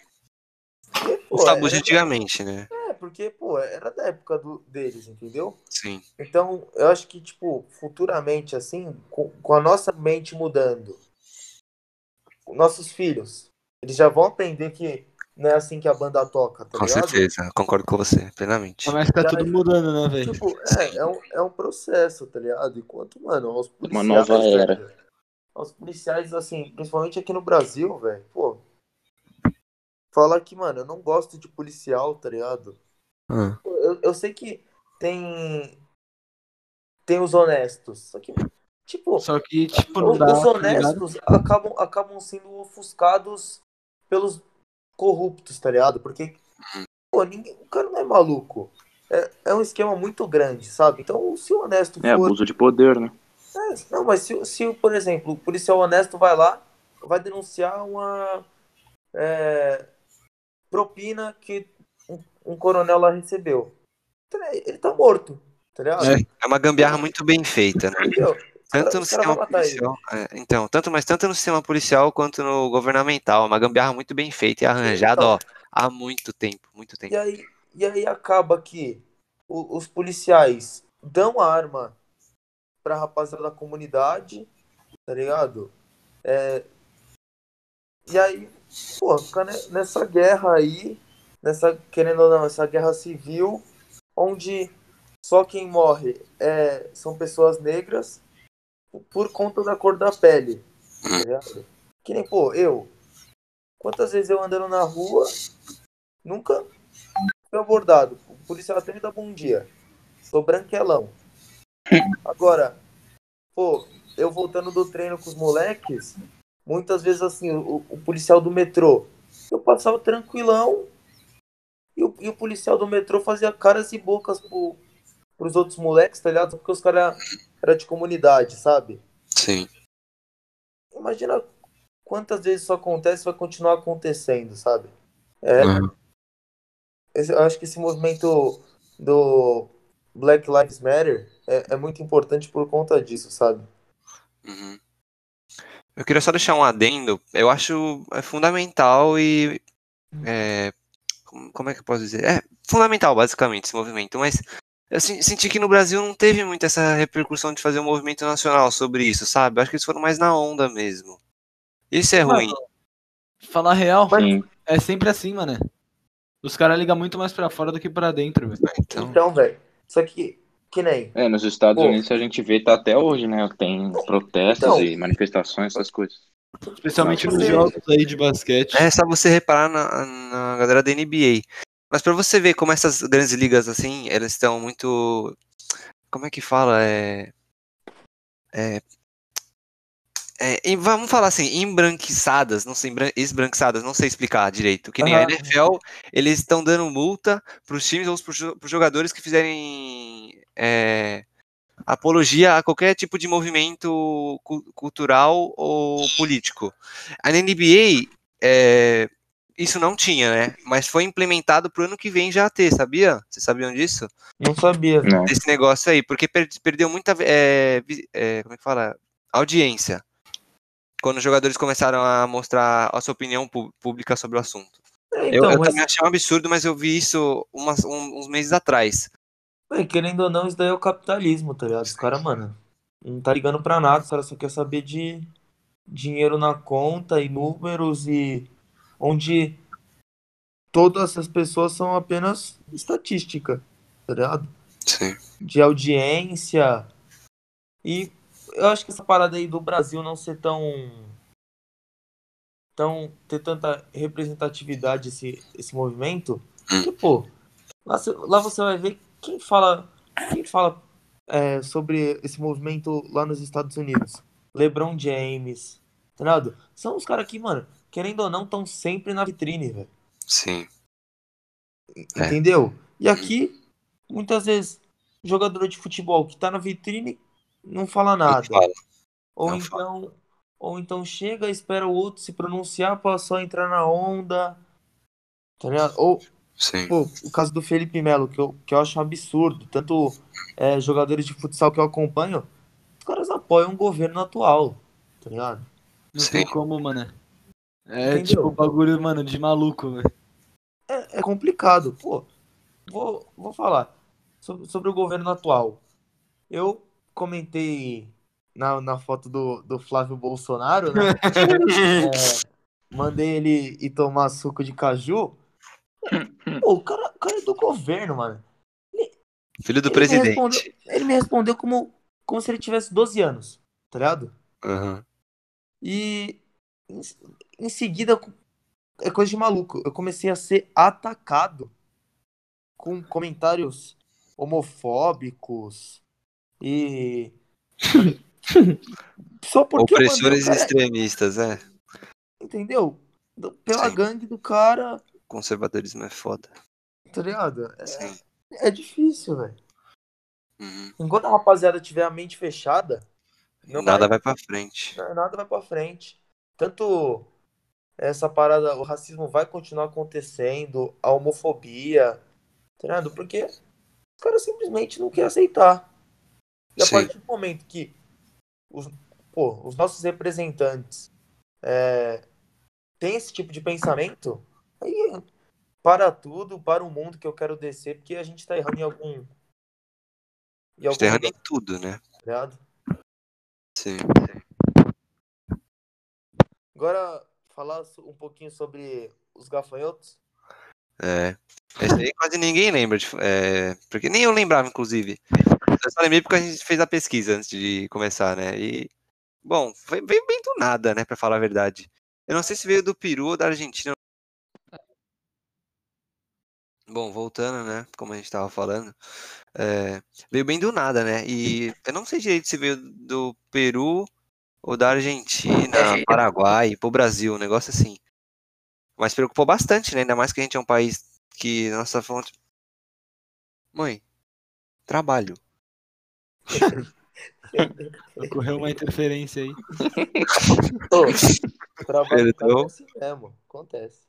Speaker 2: Porque, pô,
Speaker 1: Os tabus de
Speaker 2: era-
Speaker 1: antigamente, né?
Speaker 2: é, porque, pô, era da época do, deles, entendeu?
Speaker 1: Sim.
Speaker 2: Então, eu acho que, tipo, futuramente, assim, com, com a nossa mente mudando, nossos filhos, eles já vão aprender que não é assim que a banda toca, tá
Speaker 1: Com
Speaker 2: ligado?
Speaker 1: certeza, concordo com você, plenamente.
Speaker 4: Mas tá tudo mudando, né, velho?
Speaker 2: Tipo, é, é um, é um processo, tá ligado? Enquanto, mano, aos
Speaker 3: Uma
Speaker 2: policiais.
Speaker 3: nova era.
Speaker 2: velho, Aos policiais, assim, principalmente aqui no Brasil, velho, pô. Falar que, mano, eu não gosto de policial, tá ligado?
Speaker 1: Ah,
Speaker 2: Pô, Eu, eu sei que tem. Tem os honestos. Só que, tipo, é
Speaker 4: Só que, tipo, não
Speaker 2: os,
Speaker 4: dá.
Speaker 2: os
Speaker 4: tá ligado?
Speaker 2: honestos acabam, acabam sendo ofuscados pelos corruptos, tá ligado? Porque pô, ninguém, o cara não é maluco. É, é um esquema muito grande, sabe? Então, se o honesto
Speaker 3: É
Speaker 2: for.
Speaker 3: abuso de poder, né?
Speaker 2: É, não, mas se, se, por exemplo, o policial honesto vai lá, vai denunciar uma é, propina que um, um coronel lá recebeu. Então, é, Ele tá morto, tá ligado?
Speaker 4: É.
Speaker 1: É uma gambiarra muito bem feita, né?
Speaker 2: Entendeu?
Speaker 1: Tanto no
Speaker 2: Os caras
Speaker 1: sistema
Speaker 2: vão matar ele.
Speaker 1: policial. é, então, tanto, mas tanto no sistema policial quanto no governamental. É uma gambiarra muito bem feita e arranjada,
Speaker 2: Então.
Speaker 1: ó, há muito tempo, muito
Speaker 2: E
Speaker 1: tempo.
Speaker 2: aí, e aí acaba que o- os policiais dão a arma pra rapaziada da comunidade, tá ligado? É, e aí, pô, fica ne- nessa guerra aí, nessa, querendo ou não, essa guerra civil, onde só quem morre é, são pessoas negras por conta da cor da pele, tá ligado? Que nem, pô, eu. Quantas vezes eu andando na rua, nunca fui abordado. O policial até me dá bom dia. Sou branquelão. Agora, pô, eu voltando do treino com os moleques, muitas vezes assim, o, o policial do metrô, eu passava tranquilão e o, e o policial do metrô fazia caras e bocas pro, pros outros moleques, tá ligado? Porque os caras eram de comunidade, sabe?
Speaker 1: Sim.
Speaker 2: Imagina quantas vezes isso acontece e vai continuar acontecendo, sabe? É, Esse- eu acho que esse movimento do Black Lives Matter é, é muito importante por conta disso, sabe?
Speaker 1: Uhum. Eu queria só deixar um adendo. Eu acho é fundamental e. é, como- como é que eu posso dizer? É fundamental, basicamente, esse movimento. Mas eu sen- senti que no Brasil não teve muito essa repercussão de fazer um movimento nacional sobre isso, sabe? Eu acho que eles foram mais na onda mesmo. Isso é
Speaker 4: Mano,
Speaker 1: ruim.
Speaker 4: Falar real,
Speaker 3: Sim.
Speaker 4: é sempre assim, mano. Os caras ligam muito mais pra fora do que pra dentro, velho.
Speaker 1: Então,
Speaker 2: Então, velho. Só que, que nem.
Speaker 3: É, nos Estados
Speaker 2: Pô.
Speaker 3: Unidos a gente vê, tá até hoje, né? Tem protestos
Speaker 2: Então.
Speaker 3: e manifestações, essas coisas.
Speaker 4: Especialmente
Speaker 3: Mas
Speaker 4: nos
Speaker 3: você-
Speaker 4: jogos aí de basquete.
Speaker 1: é só você reparar na, na galera da NBA. Mas pra você ver como essas grandes ligas, assim, elas estão muito. Como é que fala? É. É. é, em- vamos falar assim, embranquiçadas, não sei, embran- esbranquiçadas, não sei explicar direito. Que nem a
Speaker 4: Aham.
Speaker 1: NFL, eles estão dando multa pros times ou pros, jo- pros jogadores que fizerem é, apologia a qualquer tipo de movimento cu- cultural ou político. A NBA, é, isso não tinha, né? Mas foi implementado pro ano que vem já ter, sabia? Vocês sabiam disso?
Speaker 2: Não sabia. velho.
Speaker 3: Não.
Speaker 1: desse negócio aí, porque per- perdeu muita é, vi- é, como é que fala? audiência quando os jogadores começaram a mostrar a sua opinião pú- pública sobre o assunto. Eu-
Speaker 2: Então,
Speaker 1: eu
Speaker 2: mas,
Speaker 1: também achei um absurdo, mas eu vi isso umas- um- uns meses atrás.
Speaker 2: velho, querendo ou não, isso daí é o capitalismo, tá ligado? Os caras, mano, não tá ligando pra nada. Os caras só quer saber de dinheiro na conta e números e onde todas essas pessoas são apenas estatística, tá ligado?
Speaker 1: Sim.
Speaker 2: de audiência. E eu acho que essa parada aí do Brasil não ser tão. tão ter tanta representatividade esse, esse movimento.
Speaker 1: Hum.
Speaker 2: Que, pô, lá, você- lá você vai ver quem fala. Quem fala é, sobre esse movimento lá nos Estados Unidos. LeBron James. Tá ligado? São os caras que, mano, querendo ou não, estão sempre na vitrine, velho.
Speaker 1: Sim. É.
Speaker 2: Entendeu? E aqui, muitas vezes, jogador de futebol que tá na vitrine não fala nada. Ou
Speaker 1: não fala.
Speaker 2: então, ou então chega, espera o outro se pronunciar pra só entrar na onda. Tá ligado? Ou,
Speaker 1: Sim.
Speaker 2: pô, o caso do Felipe Melo, que eu, que eu acho um absurdo. Tanto é, jogadores de futsal que eu acompanho, os caras apoiam o governo atual. Tá ligado?
Speaker 4: Não tem
Speaker 1: Sim.
Speaker 4: como, mano. É
Speaker 2: Entendeu?
Speaker 4: tipo bagulho, mano, de maluco, velho.
Speaker 2: é complicado. Pô, vou, vou falar sobre, sobre o governo atual. Eu comentei na, na foto do, do Flávio Bolsonaro,
Speaker 1: (laughs)
Speaker 2: né? É, mandei ele ir tomar suco
Speaker 1: (laughs)
Speaker 2: de caju. Pô, o cara, o cara é do governo, mano.
Speaker 1: Filho do
Speaker 2: Ele me respondeu-
Speaker 1: presidente.
Speaker 2: Ele me respondeu como, como se ele tivesse 12 anos, tá ligado?
Speaker 1: Aham.
Speaker 2: E em, em seguida, é coisa de maluco. Eu comecei a ser atacado com comentários homofóbicos
Speaker 1: (laughs)
Speaker 2: e. Só porque. mano,
Speaker 1: Opressores
Speaker 2: o cara-
Speaker 1: extremistas, é.
Speaker 2: entendeu? Do- Pela
Speaker 1: Sim.
Speaker 2: gangue do cara,
Speaker 1: Conservadorismo é foda.
Speaker 2: tá ligado?
Speaker 1: Sim.
Speaker 2: É, é difícil, velho.
Speaker 1: Uhum.
Speaker 2: Enquanto a rapaziada tiver a mente fechada, não
Speaker 1: Nada vai pra frente.
Speaker 2: Na- nada vai pra frente. Tanto essa parada, o racismo vai continuar acontecendo, a homofobia, tá ligado? Porque os caras simplesmente não querem aceitar. E a
Speaker 1: Sim.
Speaker 2: partir do momento que os, pô, os nossos representantes é, têm esse tipo de pensamento, aí para tudo, para o mundo que eu quero descer, porque a gente tá errando em algum. Em
Speaker 1: A
Speaker 2: algum
Speaker 1: gente tá errando
Speaker 2: lugar,
Speaker 1: em tudo, né?
Speaker 2: tá ligado?
Speaker 1: Sim.
Speaker 2: Agora, falar so- um pouquinho sobre os gafanhotos.
Speaker 1: É. Esse aí quase ninguém lembra, de- é, porque nem eu lembrava, inclusive. Eu só lembrei porque a gente fez a pesquisa antes de começar, né? E, bom, foi bem, bem do nada, né, pra falar a verdade. Eu não sei se veio do Peru ou da Argentina. Bom, voltando, né, como a gente tava falando, é, veio bem do nada, né? E eu não sei direito se veio do Peru ou da Argentina, Paraguai, pro Brasil, um negócio assim. Mas preocupou bastante, né? Ainda mais que a gente é um país que nossa fonte. Mãe, trabalho.
Speaker 4: Ocorreu uma interferência aí.
Speaker 2: Ô, trabalho
Speaker 1: Perdão.
Speaker 2: é assim mesmo, acontece.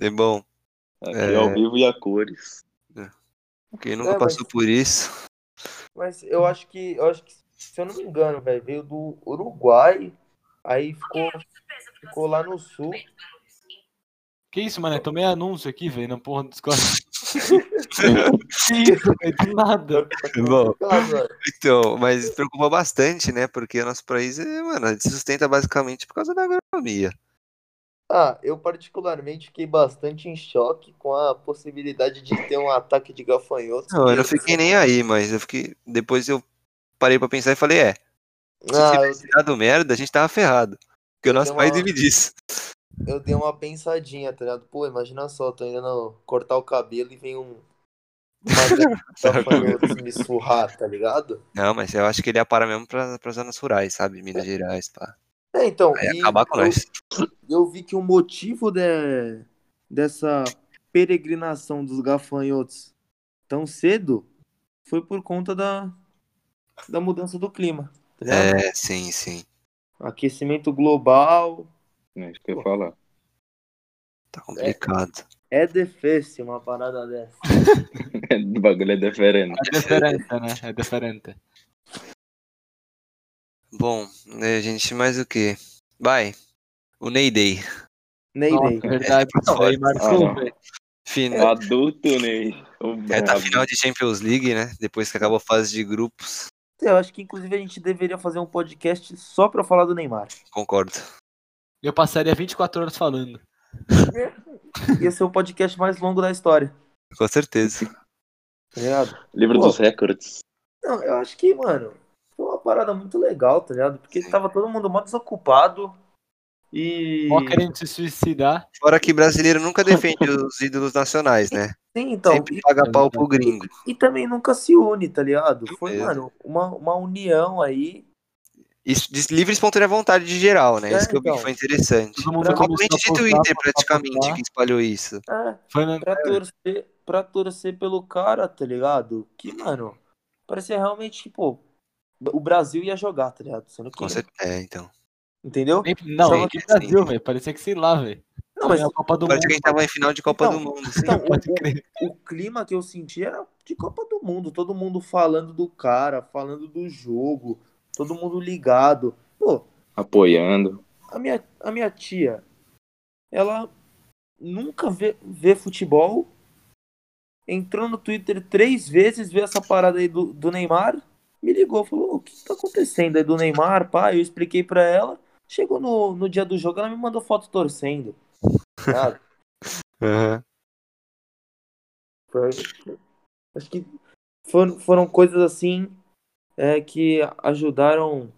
Speaker 1: É bom.
Speaker 3: Aqui
Speaker 1: É.
Speaker 3: ao vivo e a cores.
Speaker 1: Quem nunca
Speaker 2: É, mas-
Speaker 1: passou por isso. (laughs)
Speaker 2: Mas eu acho que, eu acho que se eu não me engano, velho, veio do Uruguai, aí ficou, ficou lá no sul.
Speaker 4: Que isso, mano? Eu tomei anúncio aqui, velho, na porra do
Speaker 1: (laughs)
Speaker 4: Discord. que isso, velho? Do nada.
Speaker 1: Bom,
Speaker 2: Claro, velho.
Speaker 1: então, mas preocupa bastante, né? Porque o nosso país, é, mano, ele se sustenta basicamente por causa da agronomia.
Speaker 2: Ah, eu particularmente fiquei bastante em choque com a possibilidade de ter um ataque de gafanhotos.
Speaker 1: Não, eu não fiquei nem aí, mas eu fiquei. Depois eu parei pra pensar e falei, é, se
Speaker 2: Ah,
Speaker 1: tivesse dado merda, a gente tava ferrado. Porque o nosso
Speaker 2: Deu
Speaker 1: país
Speaker 2: uma-
Speaker 1: vive disso.
Speaker 2: eu, eu dei uma pensadinha, tá ligado? Pô, imagina só, tô indo no- cortar o cabelo e vem um.
Speaker 1: (laughs)
Speaker 2: Uma
Speaker 1: é?
Speaker 2: gafanhotos me surrar, tá ligado?
Speaker 1: Não, mas eu acho que ele ia parar mesmo pra, pra zonas rurais, sabe? Minas Gerais, pá.
Speaker 2: É, então.
Speaker 1: Vai
Speaker 2: e
Speaker 1: acabar com
Speaker 2: eu-
Speaker 1: nós.
Speaker 2: eu vi que o motivo de- dessa peregrinação dos gafanhotos tão cedo foi por conta da, da mudança do clima. tá ligado?
Speaker 1: É, sim, sim.
Speaker 2: Aquecimento global
Speaker 3: É isso que eu ia falar. (laughs)
Speaker 1: Tá complicado.
Speaker 2: é difícil uma parada dessa.
Speaker 3: o bagulho é diferente.
Speaker 4: É diferente, né? É diferente.
Speaker 1: Bom, né, gente, mais o que? Vai. O Ney Day. É,
Speaker 2: Ney
Speaker 4: Nossa,
Speaker 2: Ney.
Speaker 4: verdade, isso aí
Speaker 3: Ah,
Speaker 4: marcou,
Speaker 3: não.
Speaker 1: assim,
Speaker 4: velho.
Speaker 2: é.
Speaker 1: Final.
Speaker 3: Um Adulto né? Um Ney. O
Speaker 2: tá
Speaker 1: Reta
Speaker 3: brabo.
Speaker 1: é, tá final de Champions League, né? Depois que acabou a fase de grupos.
Speaker 2: Eu acho que inclusive a gente deveria fazer um podcast só pra falar do Neymar.
Speaker 1: Concordo.
Speaker 4: Eu passaria 24 horas falando.
Speaker 2: Ia ser o podcast mais longo da história.
Speaker 1: Com certeza.
Speaker 2: Tá ligado?
Speaker 3: Livro
Speaker 2: Pô.
Speaker 3: dos recordes.
Speaker 2: Não, eu acho que, mano, foi uma parada muito legal, tá ligado? Porque
Speaker 1: Sim.
Speaker 2: tava todo mundo mó desocupado. E.
Speaker 4: Mó querendo se suicidar.
Speaker 1: Fora que brasileiro nunca defende os ídolos nacionais, né?
Speaker 2: Sim, (laughs) então.
Speaker 1: Sempre
Speaker 2: e-
Speaker 1: paga pau pro gringo.
Speaker 2: E também nunca se une, tá ligado? Foi,
Speaker 1: Beleza.
Speaker 2: mano, uma, uma união aí.
Speaker 1: Isso, de livre e espontânea vontade de geral, né?
Speaker 2: É,
Speaker 1: isso que eu vi
Speaker 2: então.
Speaker 1: que foi interessante.
Speaker 4: Todo mundo
Speaker 1: Foi uma
Speaker 4: começou
Speaker 1: corrente
Speaker 4: a
Speaker 1: de
Speaker 4: postar,
Speaker 1: Twitter,
Speaker 4: postar,
Speaker 1: praticamente,
Speaker 4: postar.
Speaker 1: que espalhou isso.
Speaker 2: É,
Speaker 4: Foi na...
Speaker 2: pra torcer, pra torcer pelo cara, tá ligado? Que, mano, parecia realmente, tipo, o Brasil ia jogar, tá ligado? Sendo que,
Speaker 1: Com certeza. É, então.
Speaker 2: entendeu?
Speaker 4: Nem- Não,
Speaker 2: Só
Speaker 4: nem
Speaker 1: que
Speaker 4: que
Speaker 1: sim.
Speaker 4: Brasil, velho. Parecia que sei lá, velho.
Speaker 2: Não, mas
Speaker 4: Foi a Copa do
Speaker 1: Parece
Speaker 4: Mundo.
Speaker 1: que a gente tava em final de Copa
Speaker 2: Então,
Speaker 1: do Mundo. assim.
Speaker 2: então,
Speaker 4: (laughs)
Speaker 1: (laughs)
Speaker 4: Pode
Speaker 2: o,
Speaker 4: crer.
Speaker 2: o clima que eu senti era de Copa do Mundo. Todo mundo falando do cara, falando do jogo, todo mundo ligado. Pô,
Speaker 3: Apoiando.
Speaker 2: A minha, a minha tia, ela nunca vê, vê futebol, entrou no Twitter três vezes, viu essa parada aí do, do Neymar, me ligou, falou, "Ô, o que tá acontecendo aí do Neymar, pai? Eu expliquei pra ela, chegou no, no dia do jogo, ela me mandou foto torcendo. Cara, foi- acho que foram, foram coisas assim é, que ajudaram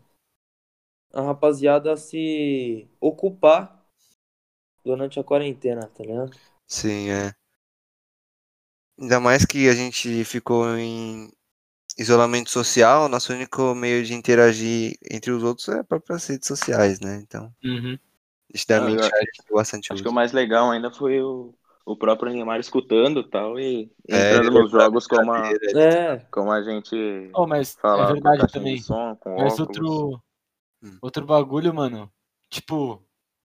Speaker 2: a rapaziada a se ocupar durante a quarentena, tá ligado?
Speaker 1: Sim, é. Ainda mais que a gente ficou em isolamento social, nosso único meio de interagir entre os outros é as próprias redes sociais, né? Então,
Speaker 4: Uhum.
Speaker 1: isso também
Speaker 3: Ah, eu
Speaker 1: é bastante
Speaker 3: Acho que o
Speaker 1: uso.
Speaker 3: mais legal ainda foi o, o próprio Neymar escutando tal e
Speaker 1: É,
Speaker 3: entrando nos jogos como a,
Speaker 1: Brincadeira,
Speaker 2: É,
Speaker 3: como a gente
Speaker 4: Oh, mas
Speaker 3: falava.
Speaker 4: é
Speaker 3: com a
Speaker 4: verdade
Speaker 3: caixinha
Speaker 4: também.
Speaker 3: de som, com
Speaker 4: Mas
Speaker 3: óculos.
Speaker 4: outro,
Speaker 1: Hum.
Speaker 4: outro bagulho, mano. Tipo,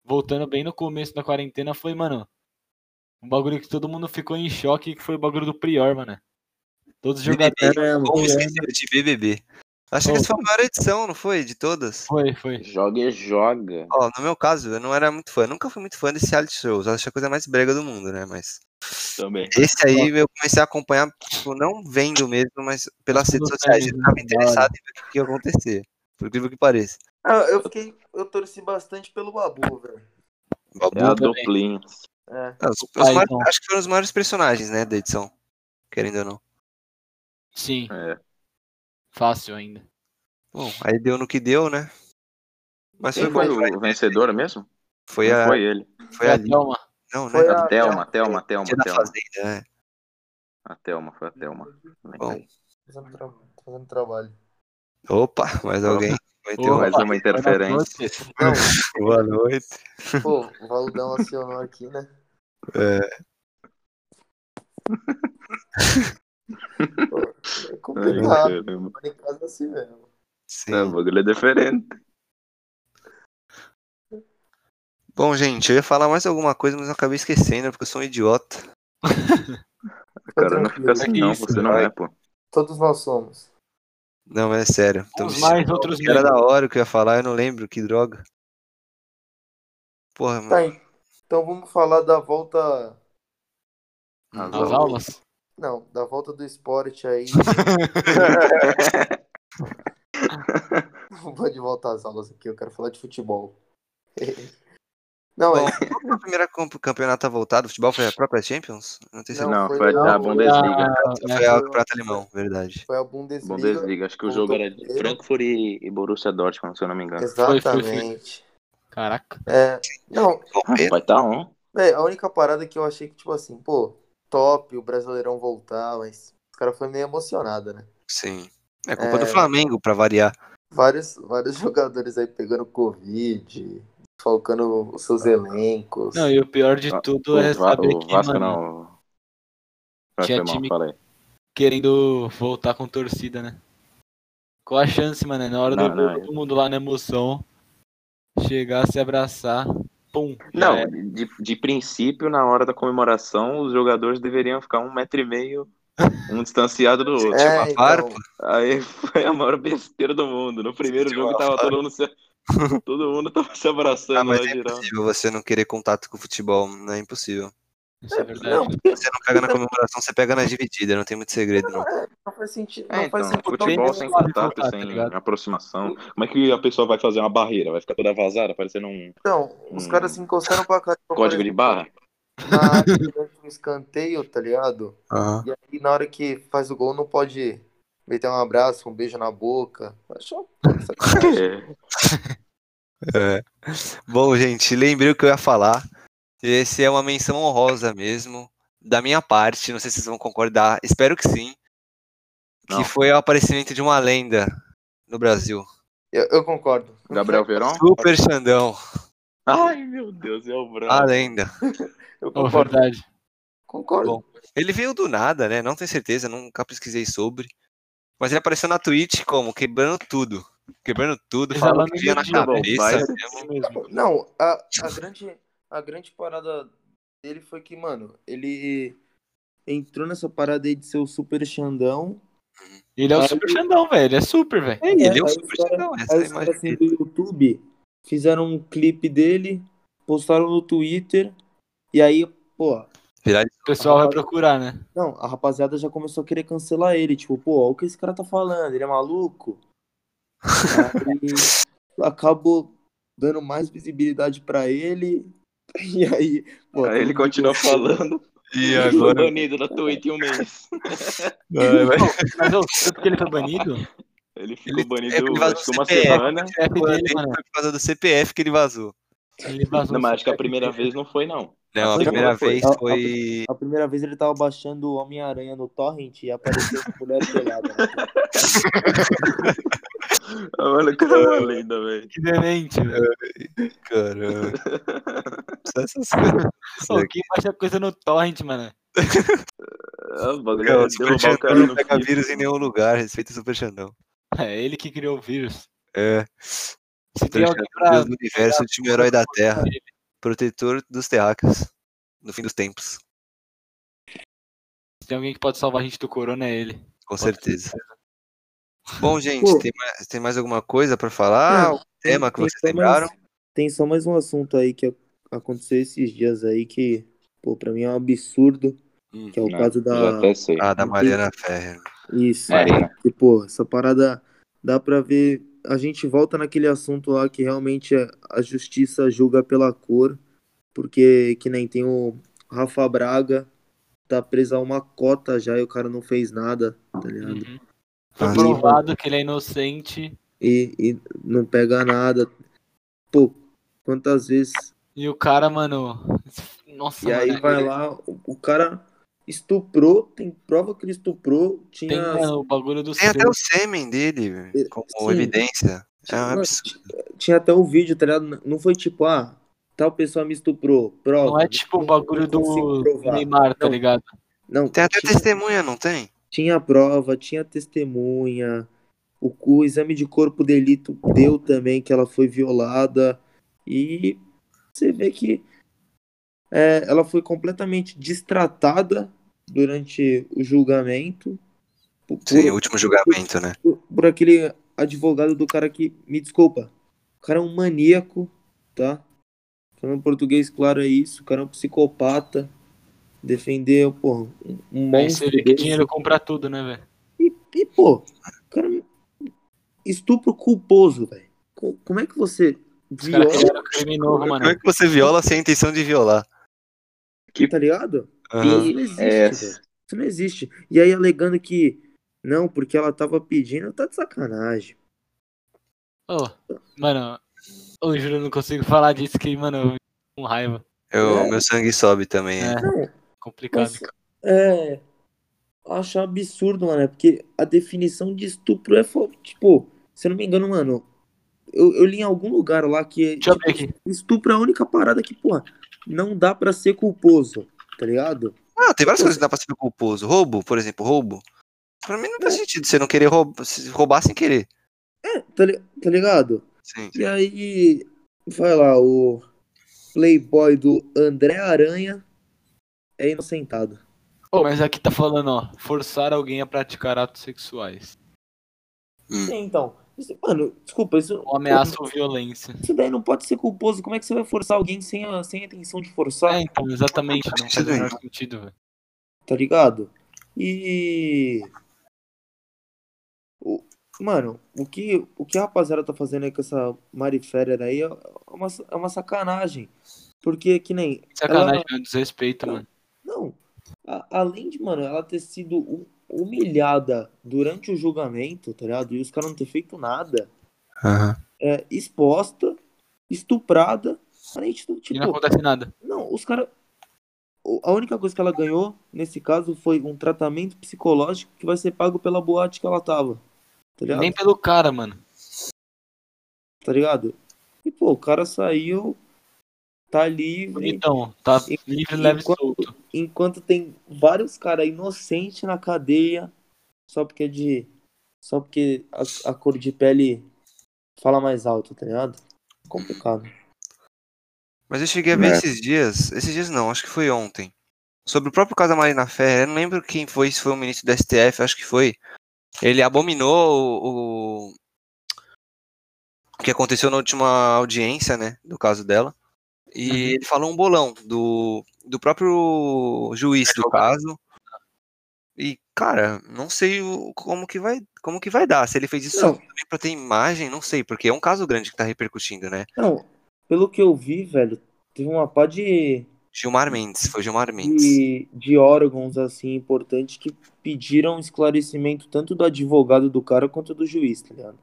Speaker 4: voltando bem no começo da quarentena, foi, mano. Um bagulho que todo mundo ficou em choque, que foi o bagulho do Prior, mano. Todos os
Speaker 1: BBB,
Speaker 3: é
Speaker 4: jogadores.
Speaker 1: Como esquecer de BBB? Acho que
Speaker 4: Oh.
Speaker 1: essa foi a maior edição, não foi? De todas?
Speaker 4: Foi, foi.
Speaker 3: Joga e joga.
Speaker 1: Ó, no meu caso, eu não era muito fã, nunca fui muito fã desse reality shows, eu acho a coisa mais brega do mundo, né? Mas
Speaker 3: Também.
Speaker 1: esse aí eu comecei a acompanhar, tipo, não vendo mesmo, mas pelas
Speaker 4: Mas
Speaker 1: redes
Speaker 4: pelo
Speaker 1: sociais, eu
Speaker 4: timing,
Speaker 1: tava
Speaker 4: né?
Speaker 1: interessado em ver o que ia acontecer, por incrível que pareça.
Speaker 2: Ah, eu fiquei. Eu torci bastante pelo Babu, velho.
Speaker 3: É a
Speaker 1: Babu,
Speaker 4: também.
Speaker 3: duplinha.
Speaker 2: É.
Speaker 1: Ah, os- os
Speaker 4: pai,
Speaker 1: maiores-
Speaker 4: então.
Speaker 1: acho que foram os maiores personagens, né, da edição, querendo ou não.
Speaker 4: Sim,
Speaker 3: É.
Speaker 4: fácil ainda.
Speaker 1: Bom, aí deu no que deu, né? Mas foi
Speaker 3: Quem foi
Speaker 1: bom,
Speaker 3: o vencedor mesmo?
Speaker 1: foi
Speaker 3: Não
Speaker 1: a,
Speaker 3: foi ele.
Speaker 1: foi a
Speaker 4: a
Speaker 1: Lina,
Speaker 4: Thelma.
Speaker 1: não,
Speaker 2: Foi
Speaker 1: né?
Speaker 2: a-
Speaker 3: A Thelma, a Thelma, a Thelma,
Speaker 1: Tinha
Speaker 3: a
Speaker 1: da
Speaker 3: Thelma.
Speaker 1: Fazenda, né?
Speaker 3: A Thelma, foi a Thelma.
Speaker 1: Bom.
Speaker 2: Fazendo, tra- fazendo trabalho.
Speaker 1: Opa, mais alguém. Vai ter
Speaker 4: Opa.
Speaker 3: Mais uma interferência.
Speaker 2: Não,
Speaker 1: Boa noite.
Speaker 2: pô, o Valdão acionou aqui, né?
Speaker 1: É,
Speaker 2: É
Speaker 3: Ai,
Speaker 2: complicado.
Speaker 3: caramba.
Speaker 2: Mano, em casa é assim mesmo.
Speaker 1: sim.
Speaker 3: É, o bagulho é diferente.
Speaker 1: Bom, gente, eu ia falar mais alguma coisa, mas eu acabei esquecendo, porque eu sou um idiota.
Speaker 3: O cara não fica assim,
Speaker 4: Que
Speaker 3: não.
Speaker 4: isso,
Speaker 3: Você não
Speaker 1: vai.
Speaker 3: é, pô.
Speaker 2: Tá Todos nós somos.
Speaker 1: Não, mas é sério. Tô
Speaker 4: Uns
Speaker 1: me
Speaker 4: mais,
Speaker 1: sentindo-
Speaker 4: outros
Speaker 1: Era
Speaker 4: menos.
Speaker 1: da hora o que eu ia falar, eu não lembro, que droga. Porra, mano.
Speaker 2: Tá, então vamos falar da volta.
Speaker 3: As
Speaker 4: As
Speaker 3: aulas.
Speaker 4: aulas?
Speaker 2: Não, da volta do esporte
Speaker 3: (laughs)
Speaker 2: aí. Não vou de volta às aulas aqui, eu quero falar de futebol. (laughs) Não,
Speaker 1: Bom,
Speaker 2: é-
Speaker 1: qual foi o primeiro camp- campeonato a voltar do futebol foi a própria Champions? Não tem certeza.
Speaker 3: Não,
Speaker 2: foi
Speaker 3: foi
Speaker 2: lá,
Speaker 3: da Bundesliga.
Speaker 4: Ah,
Speaker 1: foi
Speaker 4: é,
Speaker 1: a
Speaker 2: foi-
Speaker 1: Prata Alemão, verdade.
Speaker 2: foi a Bundesliga.
Speaker 3: Bundesliga, acho que o
Speaker 2: Voltou
Speaker 3: jogo era de
Speaker 2: primeiro.
Speaker 3: Frankfurt e, e Borussia Dortmund, se eu não me engano.
Speaker 4: Foi, foi, foi.
Speaker 2: Exatamente.
Speaker 4: Caraca.
Speaker 2: É, não,
Speaker 1: Palmeiras,
Speaker 3: Ah, Vai estar on.
Speaker 2: É, a única parada que eu achei que, tipo assim, pô, top o Brasileirão voltar, mas os caras foram meio emocionados, né?
Speaker 1: sim. É culpa do
Speaker 2: É.
Speaker 1: Flamengo, pra variar.
Speaker 2: Vários, vários (laughs) jogadores aí pegando Covid, falcando os seus elencos.
Speaker 4: Não, e o pior de
Speaker 3: Ah,
Speaker 4: tudo é
Speaker 3: O, Va-
Speaker 4: saber
Speaker 3: o
Speaker 4: que,
Speaker 3: Vasco
Speaker 4: mano,
Speaker 3: não. Vai,
Speaker 4: Tinha
Speaker 3: foi mal,
Speaker 4: time-
Speaker 3: falei.
Speaker 4: querendo voltar com torcida, né? Qual a chance, mano? É Na hora
Speaker 3: Não,
Speaker 4: do
Speaker 3: não,
Speaker 4: todo mundo lá na emoção, chegar, se abraçar, pum. É, já
Speaker 3: Não,
Speaker 4: era.
Speaker 3: de, de princípio, na hora da comemoração, os jogadores deveriam ficar um metro e meio, um distanciado
Speaker 4: (laughs)
Speaker 3: do outro.
Speaker 2: É,
Speaker 1: Uma
Speaker 2: então,
Speaker 1: farpa.
Speaker 3: Aí foi a maior besteira do mundo. No primeiro
Speaker 1: Sentiu
Speaker 3: jogo
Speaker 1: a
Speaker 3: tava
Speaker 1: falta.
Speaker 3: todo mundo se, todo mundo tava se abraçando
Speaker 1: Ah, mas
Speaker 3: lá,
Speaker 1: é
Speaker 3: geral.
Speaker 1: impossível você não querer contato com o futebol, não é impossível.
Speaker 4: Isso é
Speaker 2: não,
Speaker 4: verdade.
Speaker 2: porque
Speaker 1: Você não pega na comemoração, você pega na dividida, não tem muito segredo, não.
Speaker 2: não faz sentido.
Speaker 3: É,
Speaker 2: Não
Speaker 3: então,
Speaker 2: faz sentido. assim,
Speaker 3: futebol
Speaker 2: não,
Speaker 3: sem
Speaker 4: Não,
Speaker 3: contato,
Speaker 4: tá
Speaker 3: sem
Speaker 4: ligado?
Speaker 3: aproximação. Como é que a pessoa vai fazer uma barreira? Vai ficar toda vazada, parecendo um
Speaker 2: Então, os
Speaker 3: Hum.
Speaker 2: caras se encostaram pra caramba.
Speaker 3: (laughs) código de barra?
Speaker 2: Na área durante um escanteio, tá ligado?
Speaker 1: Aham.
Speaker 2: E aí, na hora que faz o gol, não pode meter um abraço, um beijo na boca. Achou?
Speaker 3: (laughs) É.
Speaker 1: É. Bom, gente, lembrei o que eu ia falar. Esse é uma menção honrosa mesmo, da minha parte, não sei se vocês vão concordar, espero que sim. Que
Speaker 3: Não.
Speaker 1: foi o aparecimento de uma lenda no Brasil.
Speaker 2: Eu, eu concordo.
Speaker 3: Gabriel Verão?
Speaker 1: Super Xandão,
Speaker 3: Ai, meu Deus, é o Brão.
Speaker 1: a lenda.
Speaker 2: Eu
Speaker 4: Ô,
Speaker 2: concordo.
Speaker 4: verdade.
Speaker 2: Concordo.
Speaker 1: Bom. Ele veio do nada, né? Não tenho certeza, nunca pesquisei sobre. Mas ele apareceu na Twitch como? Quebrando tudo. Quebrando tudo,
Speaker 4: Ele
Speaker 1: falando
Speaker 4: tava
Speaker 1: que
Speaker 4: no
Speaker 1: vinha na
Speaker 4: Jornal,
Speaker 1: cabeça.
Speaker 3: vai.
Speaker 1: mesmo.
Speaker 4: mesmo.
Speaker 2: Não, a, a grande, a grande parada dele foi que, mano, ele entrou nessa parada aí de ser o super Xandão.
Speaker 4: Ele é o
Speaker 2: Aí-
Speaker 4: super Xandão, velho. Ele é super, velho.
Speaker 1: Ele é o
Speaker 2: Aí
Speaker 1: Super
Speaker 2: os cara-
Speaker 1: Xandão, essa é
Speaker 2: Aí
Speaker 1: a
Speaker 2: os caras
Speaker 1: imagem dele.
Speaker 2: assim, do YouTube fizeram um clipe dele, postaram no Twitter, e aí, pô,
Speaker 4: O pessoal vai procurar, né?
Speaker 2: não, a rapaziada já começou a querer cancelar ele, tipo, pô, olha o que esse cara tá falando, ele é maluco. Aí acabou dando mais visibilidade pra ele, (laughs) e aí, pô,
Speaker 3: Aí ele continua falando.
Speaker 1: E (laughs)
Speaker 3: Foi
Speaker 1: agora.
Speaker 3: banido da Twitch em um mês.
Speaker 1: Vai,
Speaker 3: É,
Speaker 1: vai.
Speaker 4: Mas ô, tanto que ele
Speaker 3: (laughs)
Speaker 4: foi banido, é
Speaker 3: Ele ficou
Speaker 1: Ele-
Speaker 3: banido
Speaker 1: é porque vazou
Speaker 3: acho que uma
Speaker 1: CPF,
Speaker 3: semana.
Speaker 4: o chefe
Speaker 1: Foi
Speaker 4: dele, né, mano,
Speaker 1: por causa do CPF que ele vazou.
Speaker 4: ele vazou.
Speaker 3: Não, mas acho que é a
Speaker 4: o chefe
Speaker 3: primeira
Speaker 4: dele.
Speaker 3: vez não foi, não.
Speaker 1: Não, a
Speaker 3: Foi,
Speaker 1: primeira
Speaker 3: foi.
Speaker 1: vez
Speaker 2: Ah, ah,
Speaker 1: foi.
Speaker 2: A primeira vez ele tava baixando o Homem-Aranha no torrent e apareceu uma mulher pelada. né?
Speaker 3: Ah, Olha, o cara é uma lenda, velho.
Speaker 4: Que demente, velho.
Speaker 1: Caramba. (laughs) Só essas coisas.
Speaker 3: É,
Speaker 4: Ô, quem baixa coisa no torrent, mano?
Speaker 3: Ah, o bagulho
Speaker 1: Não,
Speaker 3: é
Speaker 1: o Super
Speaker 3: derrubar o
Speaker 1: Xandão
Speaker 3: cara no
Speaker 1: não pega
Speaker 3: FIFA.
Speaker 1: vírus em nenhum lugar, respeita o Super Xandão.
Speaker 4: É ele que criou o vírus.
Speaker 1: É.
Speaker 4: Se tem
Speaker 1: Super
Speaker 4: alguém
Speaker 3: é
Speaker 1: Xandão,
Speaker 4: pra...
Speaker 1: Deus do
Speaker 2: é
Speaker 1: universo, o time herói da Terra, protetor dos terráqueos, no fim dos tempos,
Speaker 4: Se tem alguém que pode salvar a gente do corona, é ele.
Speaker 1: com
Speaker 4: Pode ter
Speaker 1: certeza. Bom, gente,
Speaker 2: Pô.
Speaker 1: tem mais, tem mais alguma coisa pra falar?
Speaker 2: Não,
Speaker 1: Algum Ah, tema que
Speaker 2: tem
Speaker 1: vocês
Speaker 2: só
Speaker 1: lembraram?
Speaker 2: mais- tem só mais um assunto aí que a- aconteceu esses dias aí que, pô, pra mim é um absurdo,
Speaker 1: Hum,
Speaker 2: que é o
Speaker 3: Não,
Speaker 2: caso
Speaker 3: Já
Speaker 2: da...
Speaker 3: até sei. É.
Speaker 1: Ah, da
Speaker 2: Não tem-
Speaker 1: Mariana Ferrer.
Speaker 2: Isso.
Speaker 3: Marina.
Speaker 2: E, pô, essa parada dá pra ver... A gente volta naquele assunto lá que realmente é- a justiça julga pela cor, porque que nem tem o Rafa Braga, tá preso a uma cota já e o cara não fez nada, tá ligado?
Speaker 4: Uhum. Foi
Speaker 1: Ah,
Speaker 4: provado que ele é inocente
Speaker 2: e, e não pega nada. Pô, quantas vezes.
Speaker 4: e o cara, mano. Nossa,
Speaker 2: E aí
Speaker 4: mano,
Speaker 2: vai lá, o, o cara estuprou, tem prova que ele estuprou,
Speaker 4: Tem
Speaker 2: tinha.
Speaker 4: mano, o bagulho do
Speaker 1: Tem até
Speaker 4: selo.
Speaker 1: o sêmen dele
Speaker 2: Eh,
Speaker 1: como
Speaker 2: sim.
Speaker 1: evidência. É um
Speaker 2: Mano,
Speaker 1: absurdo.
Speaker 2: ti- tinha até o vídeo, tá ligado? Não foi tipo, ah, tal pessoa me estuprou, prova.
Speaker 4: Não é tipo o bagulho
Speaker 2: não consigo
Speaker 4: do
Speaker 2: provar.
Speaker 4: Neymar, tá
Speaker 2: Não.
Speaker 4: ligado?
Speaker 2: Não,
Speaker 1: Tem até
Speaker 2: tinha,
Speaker 1: testemunha, não tem?
Speaker 2: tinha prova, tinha testemunha. O, o exame de corpo de delito deu também que ela foi violada. E você vê que é, ela foi completamente distratada durante o julgamento por,
Speaker 1: Sim, o
Speaker 2: por,
Speaker 1: último julgamento, né?
Speaker 2: por aquele advogado do cara que, me desculpa, o cara é um maníaco, tá? Falando em português, claro, é isso. O cara é um psicopata. Defendeu, pô, um, um
Speaker 4: Aí você
Speaker 2: monstro.
Speaker 4: vê que
Speaker 2: desse.
Speaker 4: dinheiro compra tudo, né, velho?
Speaker 2: E, e, um pô, cara, estupro culposo, velho. Co- Como é que você
Speaker 4: Os caras
Speaker 2: viola,
Speaker 4: criaram crime novo, mano.
Speaker 2: né?
Speaker 1: Como é que você viola sem a intenção de violar?
Speaker 2: tá ligado?
Speaker 1: Aham.
Speaker 2: Isso não existe,
Speaker 3: É.
Speaker 2: velho. Isso não existe. E aí alegando que não, porque ela tava pedindo, tá de sacanagem.
Speaker 4: Ô, mano, eu juro, eu não consigo falar disso que, mano, eu fico com raiva.
Speaker 1: Eu- Meu sangue sobe também.
Speaker 4: É,
Speaker 2: Não,
Speaker 4: complicado.
Speaker 2: Mas- é. eu Acho um absurdo, mano. É porque a definição de estupro é. fo- Tipo, se eu não me engano, mano. Eu, eu li em algum lugar lá que
Speaker 4: Deixa eu ver aqui.
Speaker 2: estupro é a única parada que, porra, não dá pra ser culposo, tá ligado?
Speaker 1: Ah, tem várias coisas que dá pra ser culposo. Roubo, por exemplo, roubo. Pra mim não
Speaker 4: É.
Speaker 1: faz sentido você não querer roubar, se roubar sem querer.
Speaker 2: Tá, li- tá ligado?
Speaker 1: Sim.
Speaker 2: E aí, vai lá, o playboy do André Aranha é inocentado.
Speaker 4: Ô, mas aqui tá falando, ó, forçar alguém a praticar atos sexuais.
Speaker 2: É, então, isso- mano, desculpa, isso,
Speaker 4: Ou ameaça ou violência.
Speaker 2: isso daí não pode ser culposo. Como é que você vai forçar alguém sem a, sem a intenção de forçar?
Speaker 4: É, então, exatamente, não faz o menor sentido, velho.
Speaker 2: tá ligado? E. O... Mano, o que, o que a rapaziada tá fazendo aí com essa Mariféria aí é é uma, é uma sacanagem. Porque que nem.
Speaker 4: Sacanagem, meu desrespeito, mano.
Speaker 2: Não. A- além de, mano, ela ter sido hu- humilhada durante o julgamento, tá ligado? E os caras não ter feito nada. É, exposta, estuprada. Além de tudo,
Speaker 4: E não
Speaker 2: tipo.
Speaker 4: acontece nada.
Speaker 2: Não, os caras. A única coisa que ela ganhou, nesse caso, foi um tratamento psicológico que vai ser pago pela boate que ela tava. Tá ligado?
Speaker 4: Nem pelo cara, mano.
Speaker 2: Tá ligado? E, pô, o cara saiu, tá livre,
Speaker 4: Então, tá
Speaker 2: E-
Speaker 4: livre,
Speaker 2: e
Speaker 4: leve e
Speaker 2: quando-
Speaker 4: solto.
Speaker 2: enquanto tem vários caras inocentes na cadeia, só porque é de. Só porque a, a cor de pele fala mais alto, tá ligado? Complicado.
Speaker 1: Mas eu cheguei a ver
Speaker 3: É.
Speaker 1: esses dias, esses dias não, acho que foi ontem. Sobre o próprio caso da Marina Ferreira, eu não lembro quem foi, se foi o ministro do STF, acho que foi. Ele abominou o, o- o que aconteceu na última audiência, né, do caso dela. E
Speaker 4: Uhum.
Speaker 1: ele falou um bolão do, do próprio juiz do
Speaker 4: Advogado.
Speaker 1: caso. E, cara, não sei o- como que vai, como que vai dar. Se ele fez isso só
Speaker 2: Não.
Speaker 1: também pra ter imagem, não sei, porque é um caso grande que tá repercutindo, né?
Speaker 2: Não, pelo que eu vi, velho, teve uma pá de.
Speaker 1: Gilmar Mendes, foi Gilmar Mendes.
Speaker 2: de, de órgãos assim importantes que pediram esclarecimento tanto do advogado do cara quanto do juiz, tá ligado?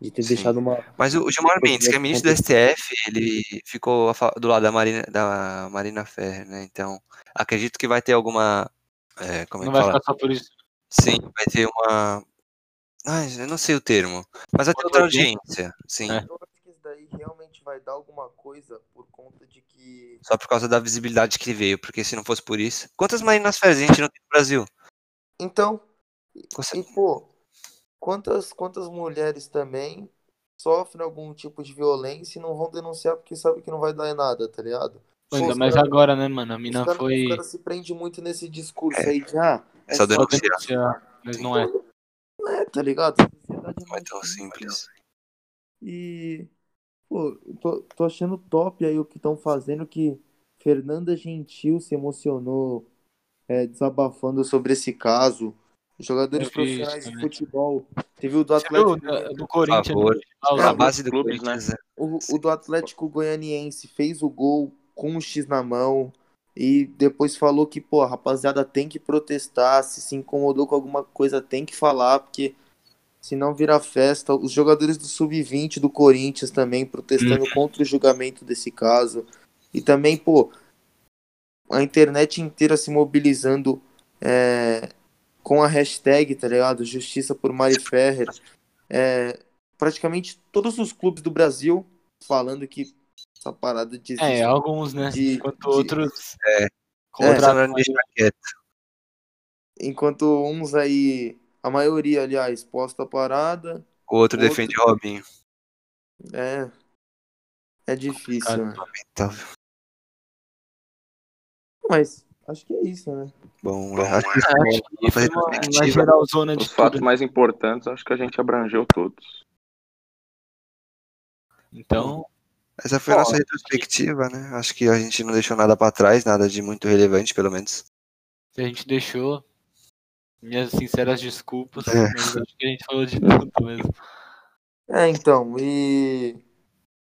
Speaker 2: De ter
Speaker 1: Sim.
Speaker 2: deixado uma.
Speaker 1: Mas o o Gilmar
Speaker 2: Depois
Speaker 1: Mendes,
Speaker 2: vai
Speaker 1: que é ministro do STF, ele ficou a fa- do lado da Marina, da Marina Ferrer, né? Então, acredito que vai ter alguma. é, como é
Speaker 4: Não
Speaker 1: que
Speaker 4: vai
Speaker 1: fala?
Speaker 4: ficar só por isso.
Speaker 1: Sim, vai ter uma. Ai, eu não sei o termo. Mas vai ter outra
Speaker 4: Outra
Speaker 1: audiência, sim.
Speaker 4: É.
Speaker 2: Eu acho que isso daí realmente vai dar alguma coisa por conta de que.
Speaker 1: Só por causa da visibilidade que veio, porque se não fosse por isso. Quantas Marinas Ferrer a gente não tem no Brasil?
Speaker 2: Então,
Speaker 1: Você-
Speaker 2: e pô, quantas, quantas mulheres também sofrem algum tipo de violência e não vão denunciar porque sabe que não vai dar em nada, tá ligado?
Speaker 4: Pô,
Speaker 2: Pô,
Speaker 4: Ainda
Speaker 2: os
Speaker 4: mais
Speaker 2: cara-
Speaker 4: agora, né, mano? A
Speaker 2: Os
Speaker 4: mina
Speaker 2: caras
Speaker 4: foi.
Speaker 2: cara se prende muito nesse discurso aí de ah, é
Speaker 1: Só
Speaker 2: só
Speaker 4: Só
Speaker 1: denunciar.
Speaker 4: denunciar, mas não é.
Speaker 2: Não é, tá ligado? A sociedade é
Speaker 1: Não é
Speaker 2: mais
Speaker 1: tão
Speaker 2: simples.
Speaker 1: simples.
Speaker 2: E, pô, eu tô, tô achando top aí o que estão fazendo, que Fernanda Gentil se emocionou é, desabafando sobre esse caso. Jogadores
Speaker 4: Eu vi isso
Speaker 2: profissionais de
Speaker 4: também.
Speaker 2: futebol. Teve o do
Speaker 4: Você viu né? o
Speaker 2: Atlético,
Speaker 4: da- do
Speaker 1: Por
Speaker 4: Corinthians?
Speaker 1: favor.
Speaker 4: Ah, os-
Speaker 1: É, A base do
Speaker 3: clubes, né?
Speaker 1: Corinthians, né?
Speaker 2: o, o do Atlético Goianiense fez o gol com o X na mão e depois falou que, pô, a rapaziada tem que protestar, se se incomodou com alguma coisa tem que falar, porque senão vira festa. Os jogadores do sub-20 do Corinthians também protestando contra o julgamento desse caso. E também, pô, a internet inteira se mobilizando é, com a hashtag, tá ligado? Justiça por Mari Ferrer. É, praticamente todos os clubes do Brasil falando que essa parada de
Speaker 4: É, alguns, né?
Speaker 2: De-
Speaker 4: Enquanto
Speaker 2: de-
Speaker 4: outros.
Speaker 1: É.
Speaker 4: Contratam
Speaker 1: Começando a deixar quieto.
Speaker 2: Enquanto uns aí, a maioria, aliás, posta a parada,
Speaker 1: O outro
Speaker 2: Outro-
Speaker 1: defende o Robinho.
Speaker 2: é. É difícil,
Speaker 4: Complicado.
Speaker 2: né?
Speaker 1: Então,
Speaker 2: Mas acho que é isso, né?
Speaker 1: bom, (laughs)
Speaker 3: Bom,
Speaker 1: acho que
Speaker 4: É, acho que foi
Speaker 1: fazer
Speaker 4: uma, uma
Speaker 1: perspectiva.
Speaker 4: geral zona de
Speaker 3: É, Os fatos
Speaker 4: tudo.
Speaker 3: mais importantes, acho que a gente abrangeu todos.
Speaker 4: Então,
Speaker 1: Essa foi a nossa retrospectiva, né? Acho que a gente não deixou nada pra trás, nada de muito relevante, pelo menos.
Speaker 4: se a gente deixou. Minhas sinceras desculpas,
Speaker 1: É.
Speaker 4: mas acho que a gente falou de tudo mesmo.
Speaker 2: É, então, É, e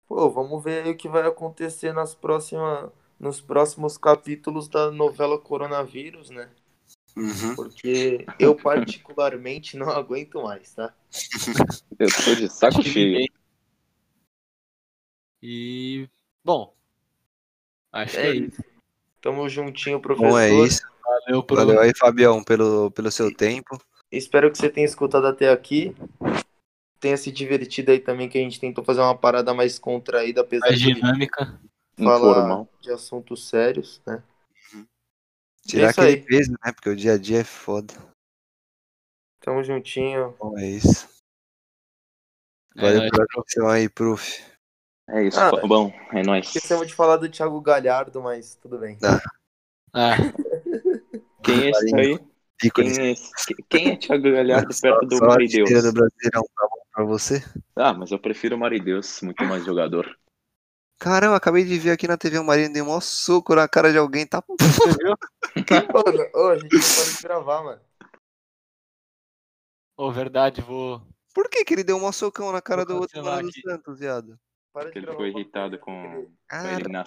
Speaker 2: Pô, vamos ver aí o que vai acontecer nas próxima, nos próximos capítulos da novela Coronavírus, né?
Speaker 1: Uhum.
Speaker 2: Porque eu particularmente não aguento mais, tá?
Speaker 3: Eu tô de saco Tá cheio.
Speaker 4: E. Bom. Acho
Speaker 2: É
Speaker 4: que é
Speaker 2: isso. Tamo juntinho, professor.
Speaker 1: Bom, é isso.
Speaker 4: Valeu por um
Speaker 1: Valeu aí, Fabião, pelo, pelo seu tempo.
Speaker 3: é
Speaker 2: Espero que você tenha escutado até aqui. Tenha se divertido aí também, que a gente tentou fazer uma parada mais contraída, apesar
Speaker 4: a
Speaker 2: de
Speaker 4: dinâmica.
Speaker 2: falar
Speaker 3: Informal.
Speaker 2: de assuntos sérios, né?
Speaker 1: Tirar
Speaker 2: isso
Speaker 1: aquele
Speaker 2: aí.
Speaker 1: peso, né? Porque o dia a dia é foda.
Speaker 2: Tamo juntinho.
Speaker 1: Bom, é isso. Valeu
Speaker 4: É,
Speaker 1: pela atenção aí, Prof.
Speaker 3: É isso,
Speaker 2: Ah,
Speaker 3: Fabão. É nóis.
Speaker 2: Esquecemos de falar do Thiago Galhardo, mas
Speaker 1: (laughs)
Speaker 2: tudo bem.
Speaker 4: ah,
Speaker 3: Quem é esse aí?
Speaker 1: Ícone.
Speaker 3: Quem é, esse- quem é Thiago Galhardo
Speaker 1: Só-
Speaker 3: perto do
Speaker 1: só a
Speaker 3: Marideus?
Speaker 1: artilheira do Brasileirão tá bom pra você?
Speaker 3: Ah, mas eu prefiro o Marideus, muito mais jogador.
Speaker 1: Caramba, acabei de ver aqui na TV o Marinho deu um maior soco na cara de alguém, tá?
Speaker 4: você viu?
Speaker 2: Ô, ô, a gente não pode gravar, mano.
Speaker 4: Ô, verdade, vou.
Speaker 1: Por que que ele deu um maior socão na cara
Speaker 4: Vou
Speaker 1: do outro
Speaker 4: cancelar
Speaker 1: mano do
Speaker 4: aqui.
Speaker 1: Santos, viado?
Speaker 2: Para
Speaker 3: Porque
Speaker 2: de
Speaker 3: ele
Speaker 2: gravar
Speaker 3: ficou
Speaker 2: o né? bagulho.
Speaker 3: irritado com, com a
Speaker 1: Cara,